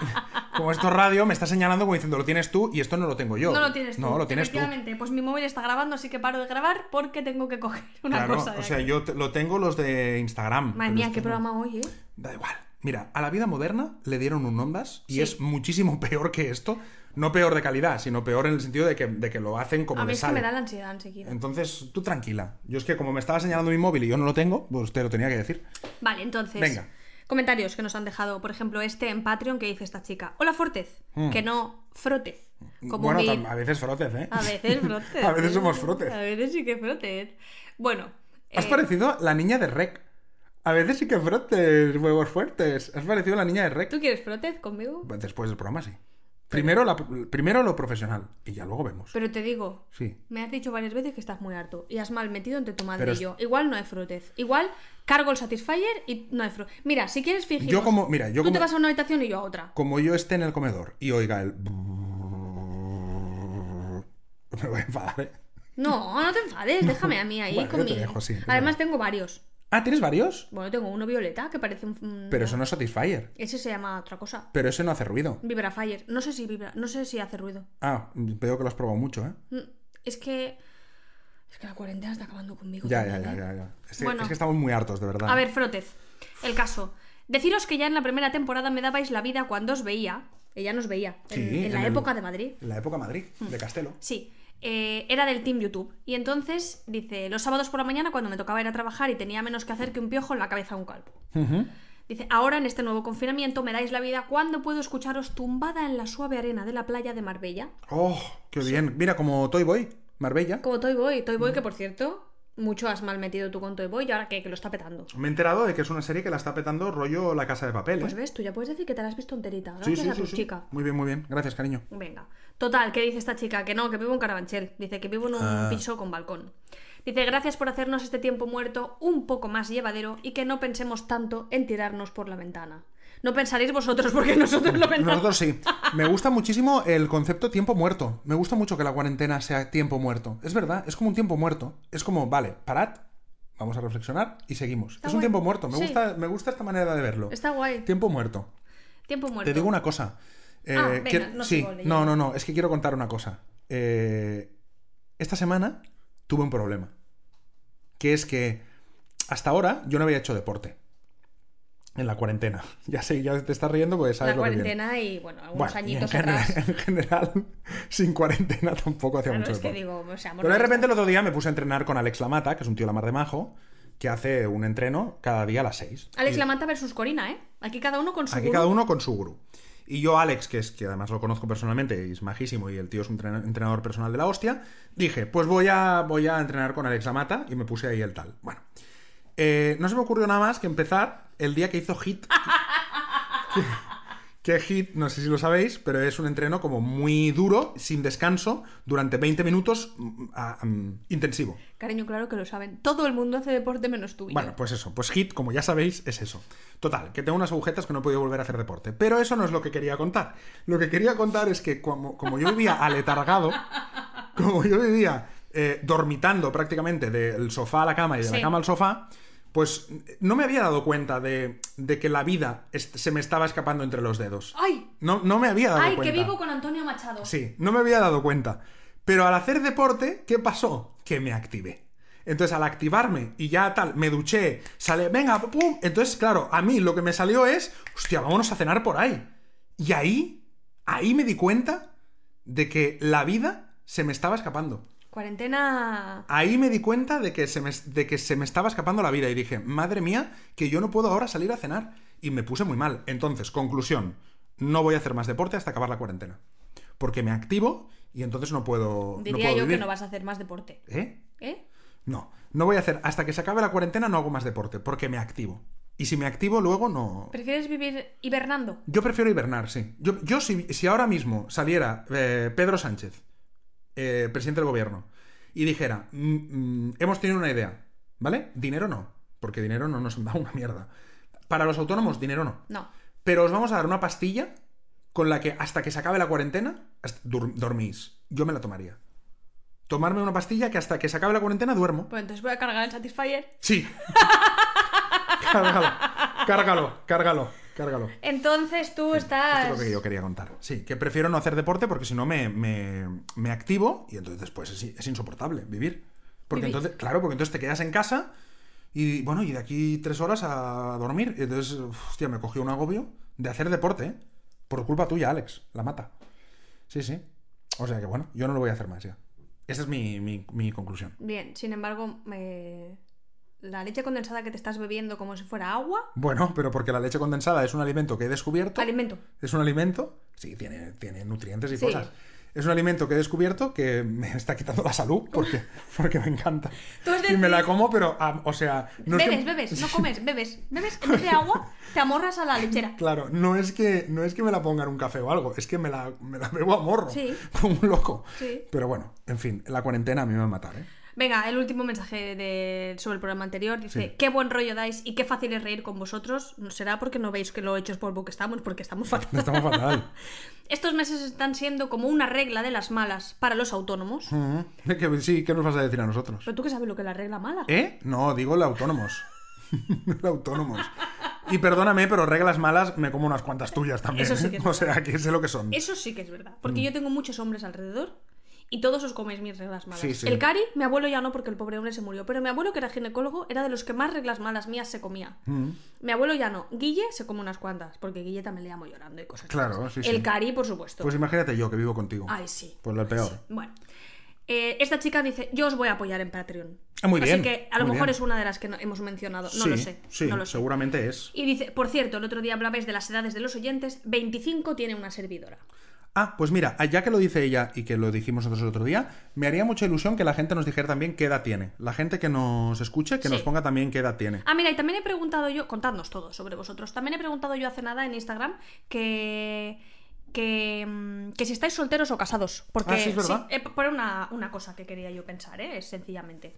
B: como esto es radio, me está señalando como diciendo, lo tienes tú y esto no lo tengo yo.
C: No lo tienes tú.
B: No, lo tienes tú.
C: Efectivamente, pues mi móvil está grabando, así que paro de grabar porque tengo que coger una
B: Claro,
C: cosa. de
B: o sea,
C: aquí.
B: yo te- lo tengo los de Instagram.
C: Madre
B: pero
C: mía,
B: esto
C: qué
B: no-
C: programa hoy, ¿eh?
B: Da igual. Mira, a la vida moderna le dieron un ondas y
C: Sí.
B: es muchísimo peor que esto. No peor de calidad, sino peor en el sentido de que, de que lo hacen como
C: A mí
B: les
C: es que
B: sale.
C: me da la ansiedad enseguida.
B: Entonces, tú tranquila. Yo es que como me estaba señalando mi móvil y yo no lo tengo, pues te lo tenía que decir.
C: Vale, entonces.
B: Venga.
C: Comentarios que nos han dejado, por ejemplo, este en Patreon que dice esta chica. Hola Fortez, que no Frotez. Como
B: Mm. bueno,
C: mi-
B: tam- a veces frotes, ¿eh?
C: a veces Frotez.
B: a veces somos
C: A
B: frotes.
C: veces sí que Frotez. Bueno.
B: Has
C: eh,
B: parecido la niña de Rec. A veces sí que frotes, huevos fuertes. Has parecido la niña de Rec.
C: eh,
B: Pues
C: ¿Tú quieres Frotez conmigo?
B: Después del programa, sí. Primero, la, primero lo profesional y ya luego vemos.
C: Pero te digo,
B: Sí.
C: me has dicho varias veces que estás muy harto y has mal metido entre tu madre
B: Pero
C: y
B: es-
C: yo. Igual no hay Frotez. Igual cargo el Satisfyer y no hay Frotez. Mira, si quieres fingir.
B: Yo como- mira, yo
C: Tú te
B: como-
C: vas a una habitación y yo a otra.
B: Como yo esté en el comedor y oiga el... Me voy a enfadar, ¿eh?
C: No, no te enfades, déjame a mí ahí
B: Bueno, yo
C: con
B: te
C: mi-
B: dejo, sí, es
C: Además, tengo varios.
B: Ah, ¿tienes varios?
C: Bueno, tengo uno violeta que parece un- un.
B: Pero eso no es Satisfyer.
C: Ese se llama otra cosa.
B: Pero ese no hace ruido.
C: Vibrafire. No sé si vibra, no sé si hace ruido.
B: Ah, veo que lo has probado mucho, ¿eh?
C: Mm, Es que. Es que la cuarentena está acabando conmigo.
B: Ya, ya,
C: también,
B: ya,
C: ¿eh?
B: ya. ya. Es, que,
C: Bueno.
B: es que estamos muy hartos, de verdad.
C: A ver, Frotez. El caso. Deciros que ya en la primera temporada me dabais la vida cuando os veía. Ella nos veía. en-
B: Sí,
C: en, la
B: el-
C: época de Madrid. Mm.
B: En la época Madrid, de Castelo.
C: Sí, eh, era del Team YouTube. Y entonces, dice, los sábados por la mañana, cuando me tocaba ir a trabajar y tenía menos que hacer que un piojo en la cabeza a un calvo. Dice, ahora en este nuevo confinamiento me dais la vida cuando puedo escucharos tumbada en la suave arena de la playa de Marbella.
B: ¡Oh, qué bien! Mira, como Toy Boy, Marbella.
C: Como Toy Boy, Toy Boy que por cierto, mucho has mal metido tú con Toy Boy y ahora que, que lo está petando.
B: Me he enterado de que es una serie que la está petando rollo La Casa de Papel, ¿eh?
C: Pues ves, tú ya puedes decir que te la has visto enterita,
B: Sí,
C: gracias
B: sí,
C: a
B: sí,
C: tu
B: sí.
C: chica.
B: Muy bien, muy bien. Gracias, cariño.
C: Venga. Total, ¿qué dice esta chica? Que no, que vivo en Carabanchel. Dice que vivo en un
B: Ah.
C: piso con balcón. Dice, gracias por hacernos este tiempo muerto un poco más llevadero y que no pensemos tanto en tirarnos por la ventana. No pensaréis vosotros porque nosotros lo pensamos.
B: Nosotros sí. Me gusta muchísimo el concepto tiempo muerto. Me gusta mucho que la cuarentena sea tiempo muerto. Es verdad, es como un tiempo muerto. Es como, vale, parad, vamos a reflexionar y seguimos.
C: Está
B: es un
C: guay.
B: tiempo muerto. Me,
C: Sí.
B: gusta, me gusta esta manera de verlo.
C: Está guay.
B: Tiempo muerto.
C: Tiempo muerto.
B: Te digo una cosa. Eh,
C: Ah, venga,
B: quiero-
C: no
B: sí,
C: sigo leyendo.
B: no, no, no. Es que quiero contar una cosa. Eh, esta semana tuve un problema. Que es que hasta ahora yo no había hecho deporte. En la cuarentena. Ya sé, ya te estás riendo porque sabes
C: la
B: lo que viene.
C: cuarentena y, bueno, algunos
B: Bueno, y
C: añitos
B: en general,
C: atrás.
B: en general, sin cuarentena tampoco hacía
C: Claro,
B: mucho
C: es que
B: deporte.
C: digo, o sea,
B: Pero de repente el otro día me puse a entrenar con Alex Lamata, que es un tío la mar de majo, que hace un entreno cada día a las 6.
C: Alex Lamanta versus Corina, ¿eh? Aquí cada uno con su
B: Aquí
C: gurú.
B: cada uno con su gurú. Y yo, Alex, que es que además lo conozco personalmente y es majísimo y el tío es un trena- entrenador personal de la hostia, dije, pues voy a, voy a entrenar con Alex Amata y me puse ahí el tal. Bueno, eh, no se me ocurrió nada más que empezar el día que hizo Hit. que Hit, no sé si lo sabéis, pero es un entreno como muy duro, sin descanso, durante 20 minutos mm, a- mm, intensivo.
C: Cariño, claro que lo saben. Todo el mundo hace deporte menos tú y
B: Bueno,
C: yo.
B: pues eso, pues hit, como ya sabéis, es eso. Total, que tengo unas agujetas que no he podido volver a hacer deporte. Pero eso no es lo que quería contar. Lo que quería contar es que como, como yo vivía aletargado, como yo vivía eh, dormitando prácticamente del sofá a la cama y de la
C: Sí.
B: cama al sofá, pues no me había dado cuenta de, de que la vida est- se me estaba escapando entre los dedos.
C: ¡Ay!
B: No, no me había pues, dado
C: Ah. ¡Ay,
B: cuenta.
C: que vivo con Antonio Machado!
B: Sí, no me había dado cuenta. Pero al hacer deporte, ¿qué pasó? Que me activé. Entonces, al activarme y ya tal, me duché, sale, venga, pum. Entonces, claro, a mí lo que me salió es, hostia, vámonos a cenar por ahí. Y ahí, ahí me di cuenta de que la vida se me estaba escapando.
C: Cuarentena...
B: Ahí me di cuenta de que, se me, de que se me estaba escapando la vida y dije, madre mía, que yo no puedo ahora salir a cenar. Y me puse muy mal. Entonces, conclusión, no voy a hacer más deporte hasta acabar la cuarentena. Porque me activo y entonces no puedo... no
C: Diría
B: puedo
C: yo
B: vivir.
C: que no vas a hacer más deporte.
B: ¿Eh?
C: ¿Eh?
B: No, no voy a hacer... Hasta que se acabe la cuarentena no hago más deporte, porque me activo. Y si me activo luego no...
C: ¿Prefieres vivir hibernando?
B: Yo prefiero hibernar, sí. Yo, yo si, si ahora mismo saliera eh, Pedro Sánchez, eh, presidente del gobierno, y dijera, "Mm, mm, hemos tenido una idea, ¿vale? Dinero no, porque dinero no nos da una mierda. Para los autónomos, dinero no.
C: No.
B: Pero os vamos a dar una pastilla con la que hasta que se acabe la cuarentena, hasta- dur- dormís. Yo me la tomaría. Tomarme una pastilla que hasta que se acabe la cuarentena duermo.
C: Pues entonces voy a cargar el Satisfyer.
B: Sí. cárgalo, cárgalo, cárgalo, cárgalo.
C: Entonces tú
B: Esto
C: estás.
B: es lo que yo quería contar. Sí, que prefiero no hacer deporte porque si no me, me- me activo y entonces después es, es insoportable vivir. Porque
C: Vivir.
B: entonces, claro, porque entonces te quedas en casa y bueno, y de aquí tres horas a dormir. Y entonces, uf, hostia, me cogió un agobio de hacer deporte, ¿eh? Por culpa tuya, Alex, la mata. Sí, sí. O sea que bueno, yo no lo voy a hacer más ya. Esa es mi, mi- mi conclusión.
C: Bien, sin embargo, eh, la leche condensada que te estás bebiendo como si fuera agua,
B: Bueno, pero porque la leche condensada es un alimento que he descubierto.
C: alimento.
B: es un alimento. Sí, tiene, tiene nutrientes y
C: Sí.
B: cosas. Es un alimento que he descubierto que me está quitando la salud porque, porque me encanta.
C: Tú has
B: Y me la
C: decidido-
B: como, pero, ah, o sea... no es que-
C: bebes, bebes, no comes, bebes. Bebes en vez de agua, te amorras a la lechera.
B: Claro, no es que no es que me la ponga en un café o algo, es que me la, me la bebo a morro,
C: Sí.
B: como un loco.
C: Sí.
B: Pero bueno, en fin, la cuarentena a mí me va a matar, ¿eh?
C: Venga, el último mensaje de- sobre el programa anterior dice:
B: Sí.
C: Qué buen rollo dais y qué fácil es reír con vosotros. No será porque no veis que lo hechos por que estamos, porque estamos fatal.
B: Estamos fatal.
C: Estos meses están siendo como una regla de las malas para los autónomos.
B: Ujú. Mm. Que- sí, ¿qué nos vas a decir a nosotros?
C: Pero tú que sabes lo que es la regla mala.
B: ¿Eh? No, digo el autónomos. el autónomos. Y perdóname, pero reglas malas me como unas cuantas tuyas también.
C: Eso sí
B: ¿eh?
C: que es
B: o sea, que sé lo que son.
C: Eso sí que es verdad.
B: Mm.
C: Porque yo tengo muchos hombres alrededor y todos os coméis mis reglas malas.
B: Sí, sí.
C: El Cari, mi abuelo ya no, porque el pobre hombre se murió. Pero mi abuelo, que era ginecólogo, era de los que más reglas malas mías se comía.
B: Mm.
C: Mi abuelo ya no. Guille se come unas cuantas, porque Guille también le llamo llorando y cosas
B: Claro,
C: así.
B: sí, sí.
C: El Cari, por supuesto.
B: Pues imagínate yo que vivo contigo.
C: Ay, sí.
B: Pues lo peor.
C: Bueno. Eh, esta chica dice, yo os voy a apoyar en Patreon.
B: Ah, muy bien,
C: Así que a lo
B: muy
C: mejor
B: bien.
C: es una de las que no- hemos mencionado. No
B: Sí,
C: lo sé.
B: Sí,
C: no lo sé.
B: seguramente es.
C: Y dice, por cierto, el otro día hablabais de las edades de los oyentes, 25 tiene una servidora.
B: Ah, pues mira, ya que lo dice ella y que lo dijimos nosotros el otro día, me haría mucha ilusión que la gente nos dijera también qué edad tiene. La gente que nos escuche, que
C: Sí.
B: nos ponga también qué edad tiene.
C: Ah, mira, y también he preguntado yo, contadnos todo sobre vosotros, también he preguntado yo hace nada en Instagram que... Que, mm, que si estáis solteros o casados. Porque
B: Ah, sí, es verdad.
C: eh, por una, una cosa que quería yo pensar, ¿eh? es sencillamente.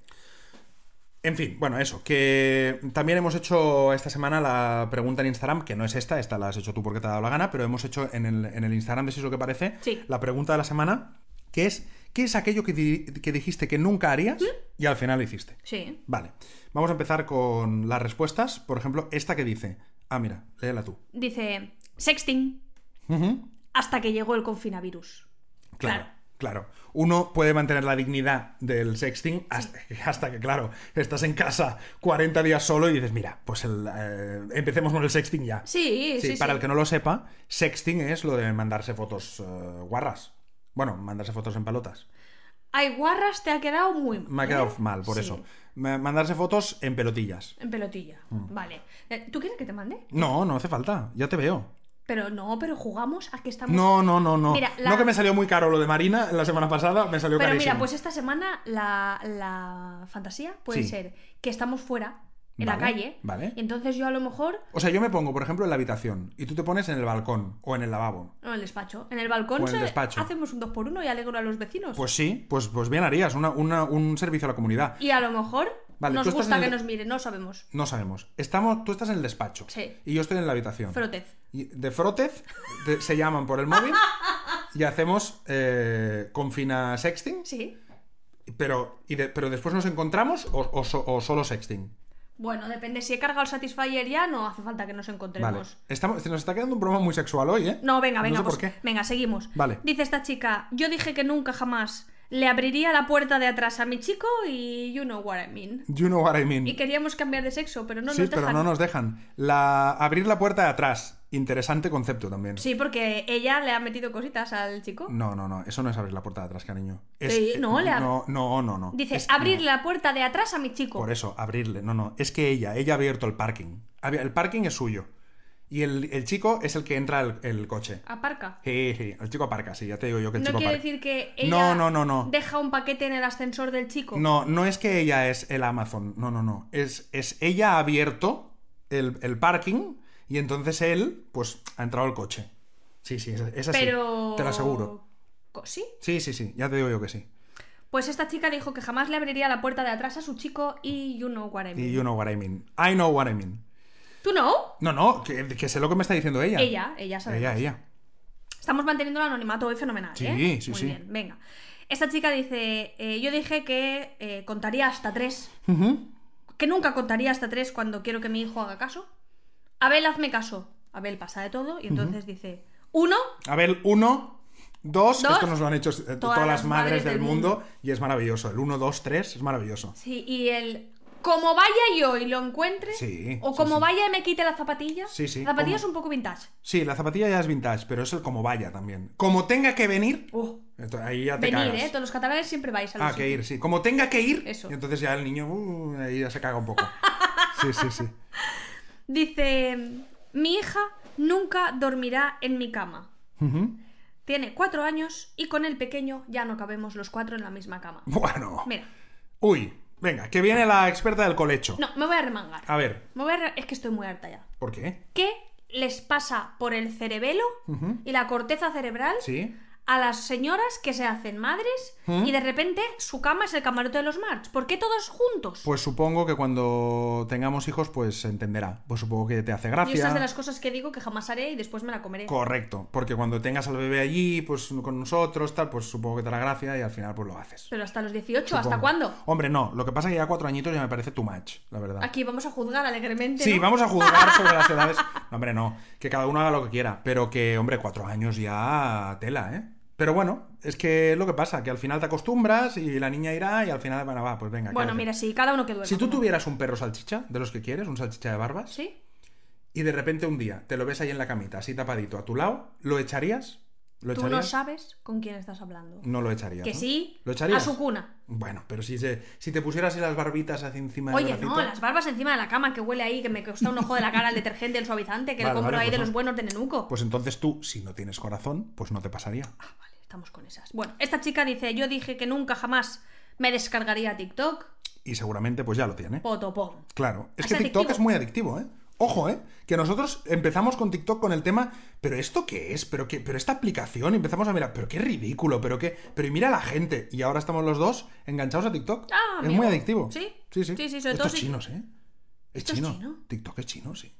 B: En fin, bueno, eso, que también hemos hecho esta semana la pregunta en Instagram, que no es esta, esta la has hecho tú porque te ha dado la gana, pero hemos hecho en el, en el Instagram de Si es lo que parece
C: Sí.
B: la pregunta de la semana, que es, ¿qué es aquello que, di- que dijiste que nunca harías y al final lo hiciste?
C: Sí.
B: Vale, vamos a empezar con las respuestas, por ejemplo, esta que dice, ah, mira, léela tú.
C: Dice, sexting,
B: Ujú.
C: hasta que llegó el confinavirus.
B: Claro,
C: Claro.
B: claro. Uno puede mantener la dignidad del sexting hasta, hasta que, claro, estás en casa 40 días solo y dices, mira, pues el, eh, empecemos con el sexting ya.
C: Sí, sí, sí.
B: Para el que no lo sepa, sexting es lo de mandarse fotos eh, guarras. Bueno, mandarse fotos en palotas.
C: Ay, guarras, te ha quedado muy mal.
B: Me ha
C: ¿eh?
B: quedado mal por
C: Sí,
B: eso. Ma- Mandarse fotos en pelotillas.
C: En pelotilla.
B: Mm.
C: Vale. Eh, ¿Tú quieres que te mande?
B: No, no hace falta, ya te veo.
C: Pero no, pero jugamos a que estamos.
B: No, no, no, no.
C: Mira, la-
B: No que me salió muy caro lo de Marina la semana pasada, me salió
C: Pero
B: carísimo.
C: mira, pues esta semana la, la fantasía puede
B: Sí.
C: ser que estamos fuera, en la
B: Vale,
C: calle.
B: vale.
C: Y entonces yo a lo mejor.
B: O sea, yo me pongo, por ejemplo, en la habitación y tú te pones en el balcón o en el lavabo.
C: No, en el despacho. En el balcón
B: O Pues en el
C: se-
B: despacho.
C: hacemos un dos por uno y alegro a los vecinos.
B: Pues sí, pues, pues bien harías, una- una- un servicio a la comunidad.
C: Y a lo mejor
B: Vale, tú
C: nos
B: estás
C: gusta
B: en
C: que
B: el-
C: nos miren, no sabemos.
B: No sabemos. Estamos, tú estás en el despacho.
C: Sí.
B: Y yo estoy en la habitación.
C: Frotez.
B: Y de Frotez de- se llaman por el móvil y hacemos eh, confina sexting.
C: Sí.
B: Pero, y de- pero después nos encontramos o, o so- o solo sexting.
C: Bueno, depende. Si he cargado el Satisfyer ya, no hace falta que nos
B: Vale.
C: encontremos.
B: Estamos, se nos está quedando un programa muy sexual hoy, ¿eh?
C: No, venga, venga,
B: No sé
C: pues,
B: por qué.
C: venga, seguimos.
B: Vale.
C: Dice esta chica, yo dije que nunca jamás le abriría la puerta de atrás a mi chico y you know what I mean.
B: You know what I mean.
C: Y queríamos cambiar de sexo, pero no
B: Mm. sí,
C: nos
B: pero
C: dejan.
B: no nos dejan. La, abrir la puerta de atrás. Interesante concepto también.
C: Sí, porque ella le ha metido cositas al chico.
B: No, no, no. Eso no es abrir la puerta de atrás, cariño. Es- eh,
C: Sí, no, le ab-
B: no, no, no, no.
C: Dice,
B: Es-
C: abrir
B: no.
C: la puerta de atrás a mi chico.
B: Por eso, abrirle. No, no. Es que ella, ella ha abierto el parking. Hab- El parking es suyo. Y el, el chico es el que entra el, el coche.
C: Aparca.
B: Sí, sí, el chico aparca, sí, ya te digo yo que el
C: Ah.
B: Este chico
C: No quiere
B: aparca.
C: decir que
B: No,
C: ella
B: no, no, no.
C: deja un paquete en el ascensor del chico.
B: No, no es que ella es el Amazon. No, no, no. Es, es ella ha abierto el, el parking y entonces él, pues, ha entrado el coche. Sí, sí, es, es así.
C: pero...
B: Te lo aseguro.
C: Co- ¿Sí?
B: Sí, sí, sí, ya te digo yo que sí.
C: Pues esta chica dijo que jamás le abriría la puerta de atrás a su chico y you know what I mean.
B: Y you know what I mean. I know what I mean.
C: ¿Tú no?
B: No, no, que, que sé lo que me está diciendo ella.
C: Ella, ella sabe.
B: Ella, ella.
C: Estamos manteniendo el anonimato hoy fenomenal,
B: Sí,
C: ¿eh?
B: sí,
C: Muy
B: sí.
C: bien, venga. Esta chica dice, eh, yo dije que eh, contaría hasta tres,
B: Ujú.
C: que nunca contaría hasta tres cuando quiero que mi hijo haga caso. Abel, hazme caso. Abel pasa de todo y entonces dice, uno,
B: A ver, uno, dos,
C: Dos.
B: esto nos lo han hecho eh, todas, las madres del mundo, y es maravilloso. El uno, dos, tres es maravilloso.
C: sí, y el Como vaya yo y lo encuentre,
B: Sí,
C: o
B: sí,
C: como
B: sí.
C: vaya y me quite la zapatilla,
B: Sí, sí,
C: la
B: como-
C: zapatilla es un poco vintage.
B: Sí, la zapatilla ya es vintage, pero es el como vaya también. Como tenga que venir,
C: Oh,
B: entonces ahí ya te
C: venir,
B: cagas.
C: ¿eh? Todos los catalanes siempre vais a los
B: Ah, que ir, sí. Como tenga que ir,
C: Eso.
B: y entonces ya el niño uh, ahí ya se caga un poco. Sí, sí, sí.
C: Dice, mi hija nunca dormirá en mi cama.
B: Ujú.
C: Tiene cuatro años y con el pequeño ya no cabemos los cuatro en la misma cama.
B: Bueno.
C: Mira,
B: Uy, venga, que viene la experta del colecho.
C: no, me voy a remangar.
B: A ver,
C: Me voy a re- Es que estoy muy harta ya.
B: ¿por qué?
C: ¿Qué les pasa por el cerebelo
B: Ujú.
C: y la corteza cerebral
B: Sí.
C: a las señoras que se hacen madres y de repente su cama es el camarote de los March? ¿Por qué todos juntos?
B: Pues supongo que cuando tengamos hijos, pues se entenderá. Pues supongo que te hace gracia.
C: y esas de las ¿eh? cosas que digo que jamás haré y después me la comeré.
B: Correcto, porque cuando tengas al bebé allí, pues con nosotros, tal, pues supongo que te hará gracia y al final pues lo haces.
C: Pero hasta los 18, ¿hasta
B: Supongo.
C: cuándo?
B: Hombre, no, lo que pasa es que ya cuatro añitos ya me parece too much, la verdad.
C: Aquí vamos a juzgar alegremente.
B: Sí,
C: ¿no?
B: vamos a juzgar sobre las edades. No, hombre, no, que cada uno haga lo que quiera, pero que, hombre, cuatro años ya tela, ¿eh? Pero bueno, es que es lo que pasa, que al final te acostumbras y la niña irá y al final, bueno, va, pues venga.
C: Bueno,
B: quédate.
C: mira, sí, cada uno que duerma.
B: Si tú
C: ¿no?
B: tuvieras un perro salchicha, de los que quieres, un salchicha de barbas,
C: ¿Sí?
B: y de repente un día te lo ves ahí en la camita, así tapadito, a tu lado, ¿lo echarías? ¿Lo
C: Tú no
B: echarías?
C: sabes con quién estás hablando.
B: No lo echarías.
C: que
B: ¿no?
C: sí,
B: ¿Lo
C: a
B: echarías?
C: su cuna.
B: Bueno, pero si, se, si te pusieras así las barbitas hacia encima
C: Oye,
B: del bracito...
C: no, las barbas encima de la cama que huele ahí, que me cuesta un ojo de la cara el detergente, el suavizante, que lo
B: Vale,
C: compro
B: vale,
C: ahí
B: pues
C: de
B: no.
C: los buenos de Nenuco.
B: Pues entonces tú, si no tienes corazón, pues no te pasaría.
C: Ah, vale, estamos con esas. Bueno, esta chica dice: Yo dije que nunca jamás me descargaría TikTok.
B: Y seguramente pues ya lo tiene.
C: Potopón.
B: Claro. Es
C: Es
B: que TikTok
C: adictivo.
B: es muy adictivo, ¿eh? Ojo, ¿eh? Que nosotros empezamos con TikTok con el tema, pero ¿esto qué es? ¿Pero qué? ¿Pero esta aplicación? Y empezamos a mirar, pero qué ridículo, pero qué... Pero y mira la gente. Y ahora estamos los dos enganchados a TikTok.
C: Ah,
B: es
C: amigo.
B: muy adictivo.
C: Sí.
B: Sí, sí.
C: Sí, sí, sobre
B: Estos
C: todo si-
B: chinos, ¿eh? Es
C: ¿Esto es
B: chino.
C: chino?
B: TikTok es chino, sí.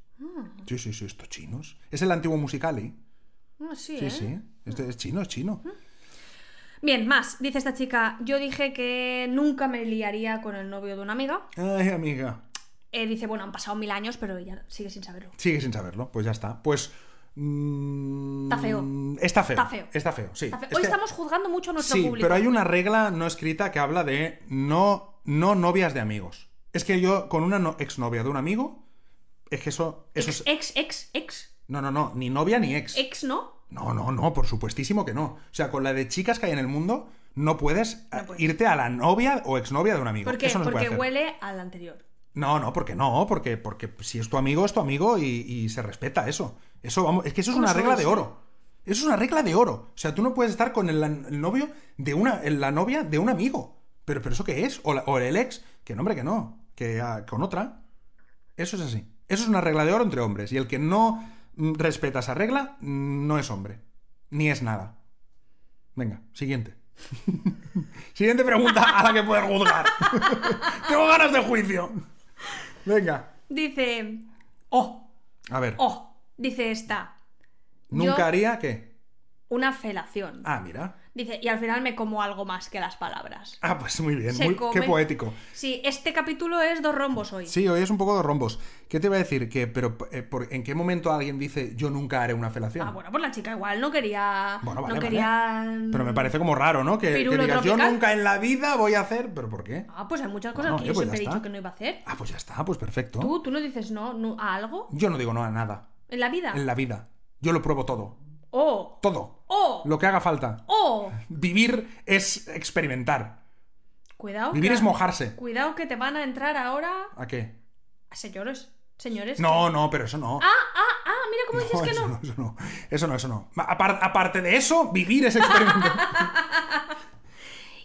B: Sí, sí, sí, estos chinos. Es el antiguo Musicali.
C: Ah, sí,
B: Sí,
C: ¿eh?
B: sí. Este es chino, es chino.
C: Bien, más. Dice esta chica: Yo dije que nunca me liaría con el novio de una amiga.
B: Ay, amiga.
C: Eh, dice: Bueno, han pasado mil años, pero ella sigue sin saberlo.
B: Sigue sin saberlo, pues ya está. Pues. mm,
C: Está feo.
B: Está feo.
C: Está feo.
B: Está feo, sí.
C: Está fe-
B: Es
C: Hoy
B: que-
C: estamos juzgando mucho a nuestro
B: Sí,
C: público.
B: pero hay una regla no escrita que habla de no, no novias de amigos. Es que yo, con una no- exnovia de un amigo, es que eso. eso
C: Ex,
B: es-
C: ex, ex, ex,
B: No, no, no. Ni novia ni ex.
C: ex, ¿no?
B: No, no, no, por supuestísimo que no. O sea, con la de chicas que hay en el mundo, no puedes, eh,
C: puedes.
B: irte a la novia o exnovia de un amigo.
C: ¿Por qué?
B: Eso no se puede
C: Porque
B: hacer.
C: huele al anterior.
B: No, no, porque no, porque, porque si es tu amigo, es tu amigo y, y se respeta eso. Eso, vamos, es que eso es
C: ¿Cómo
B: una
C: sois?
B: regla de oro. Eso es una regla de oro. O sea, tú no puedes estar con el, el novio de una, el- la novia de un amigo. Pero, pero ¿eso qué es? O, la- o el ex, que no, hombre, que no, que ah, con otra. Eso es así. Eso es una regla de oro entre hombres. Y el que no mm, respeta esa regla, mm, no es hombre. Ni es nada. Venga, siguiente. siguiente pregunta a la que puedes juzgar. Tengo ganas de juicio. Venga.
C: Dice. Oh,
B: A ver.
C: oh. Dice esta.
B: ¿Nunca
C: yo-
B: haría qué?
C: Una felación.
B: Ah, mira.
C: Dice, y al final me como algo más que las palabras.
B: Ah, pues muy bien.
C: Se
B: muy-
C: come.
B: Qué poético.
C: Sí, este capítulo es dos rombos hoy.
B: Sí, hoy es un poco de rombos. ¿Qué te iba a decir? Que, pero, eh, por- ¿En qué momento alguien dice yo nunca haré una felación?
C: Ah, bueno, pues la chica igual no quería.
B: Bueno, vale,
C: no
B: vale.
C: quería.
B: Pero me parece como raro, ¿no? Que, que
C: Pirulo
B: digas yo
C: tropical".
B: nunca en la vida voy a hacer. ¿Pero por qué?
C: Ah, pues hay muchas cosas
B: No,
C: que
B: eh,
C: yo
B: pues ya
C: siempre he
B: está.
C: dicho que no iba a hacer.
B: Ah, pues ya está, pues perfecto.
C: Tú, tú no dices no, no a algo
B: Yo no digo no a nada.
C: en la vida.
B: En la vida. Yo lo pruebo todo.
C: Oh,
B: Todo.
C: oh,
B: Lo que haga falta.
C: oh.
B: Vivir es experimentar.
C: Cuidado.
B: Vivir
C: que-
B: es mojarse.
C: Cuidado que te van a entrar ahora.
B: ¿A qué?
C: Señores, señores.
B: No, no, pero eso no.
C: Ah, ah, ah, mira cómo dices
B: No,
C: que
B: eso
C: no.
B: no, eso no. Eso no, eso no. Ma- apar- aparte de eso, vivir es experimentar.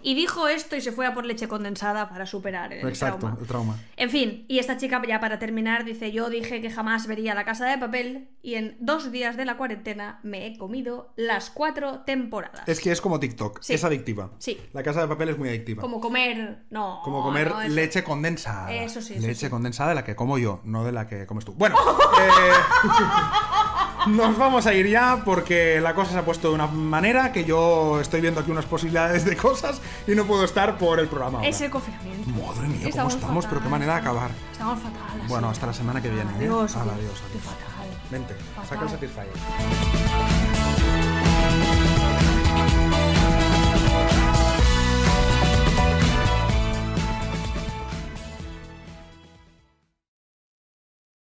C: Y dijo esto y se fue a por leche condensada para superar el
B: Exacto,
C: trauma.
B: el trauma.
C: En fin, y esta chica ya para terminar dice, yo dije que jamás vería la casa de papel y en dos días de la cuarentena me he comido las cuatro temporadas.
B: Es que es como TikTok,
C: Sí.
B: es adictiva.
C: Sí.
B: La casa de papel es muy adictiva.
C: Como comer... No.
B: Como comer
C: no, eso-
B: leche condensada.
C: Eso sí, eso
B: Leche
C: sí.
B: condensada de la que como yo, no de la que comes tú. Bueno, eh, nos vamos a ir ya porque la cosa se ha puesto de una manera que yo estoy viendo aquí unas posibilidades de cosas y no puedo estar por el programa. ahora.
C: Es el confinamiento.
B: Madre mía, ¿cómo
C: Estamos
B: estamos?
C: fatal,
B: Pero qué manera de acabar.
C: Estamos fatal. así.
B: Bueno, hasta la semana que viene. ¿eh?
C: Adiós.
B: Hala,
C: tío.
B: adiós,
C: Qué
B: adiós.
C: fatal.
B: Vente, saca el
C: Fatal.
B: Satisfyer.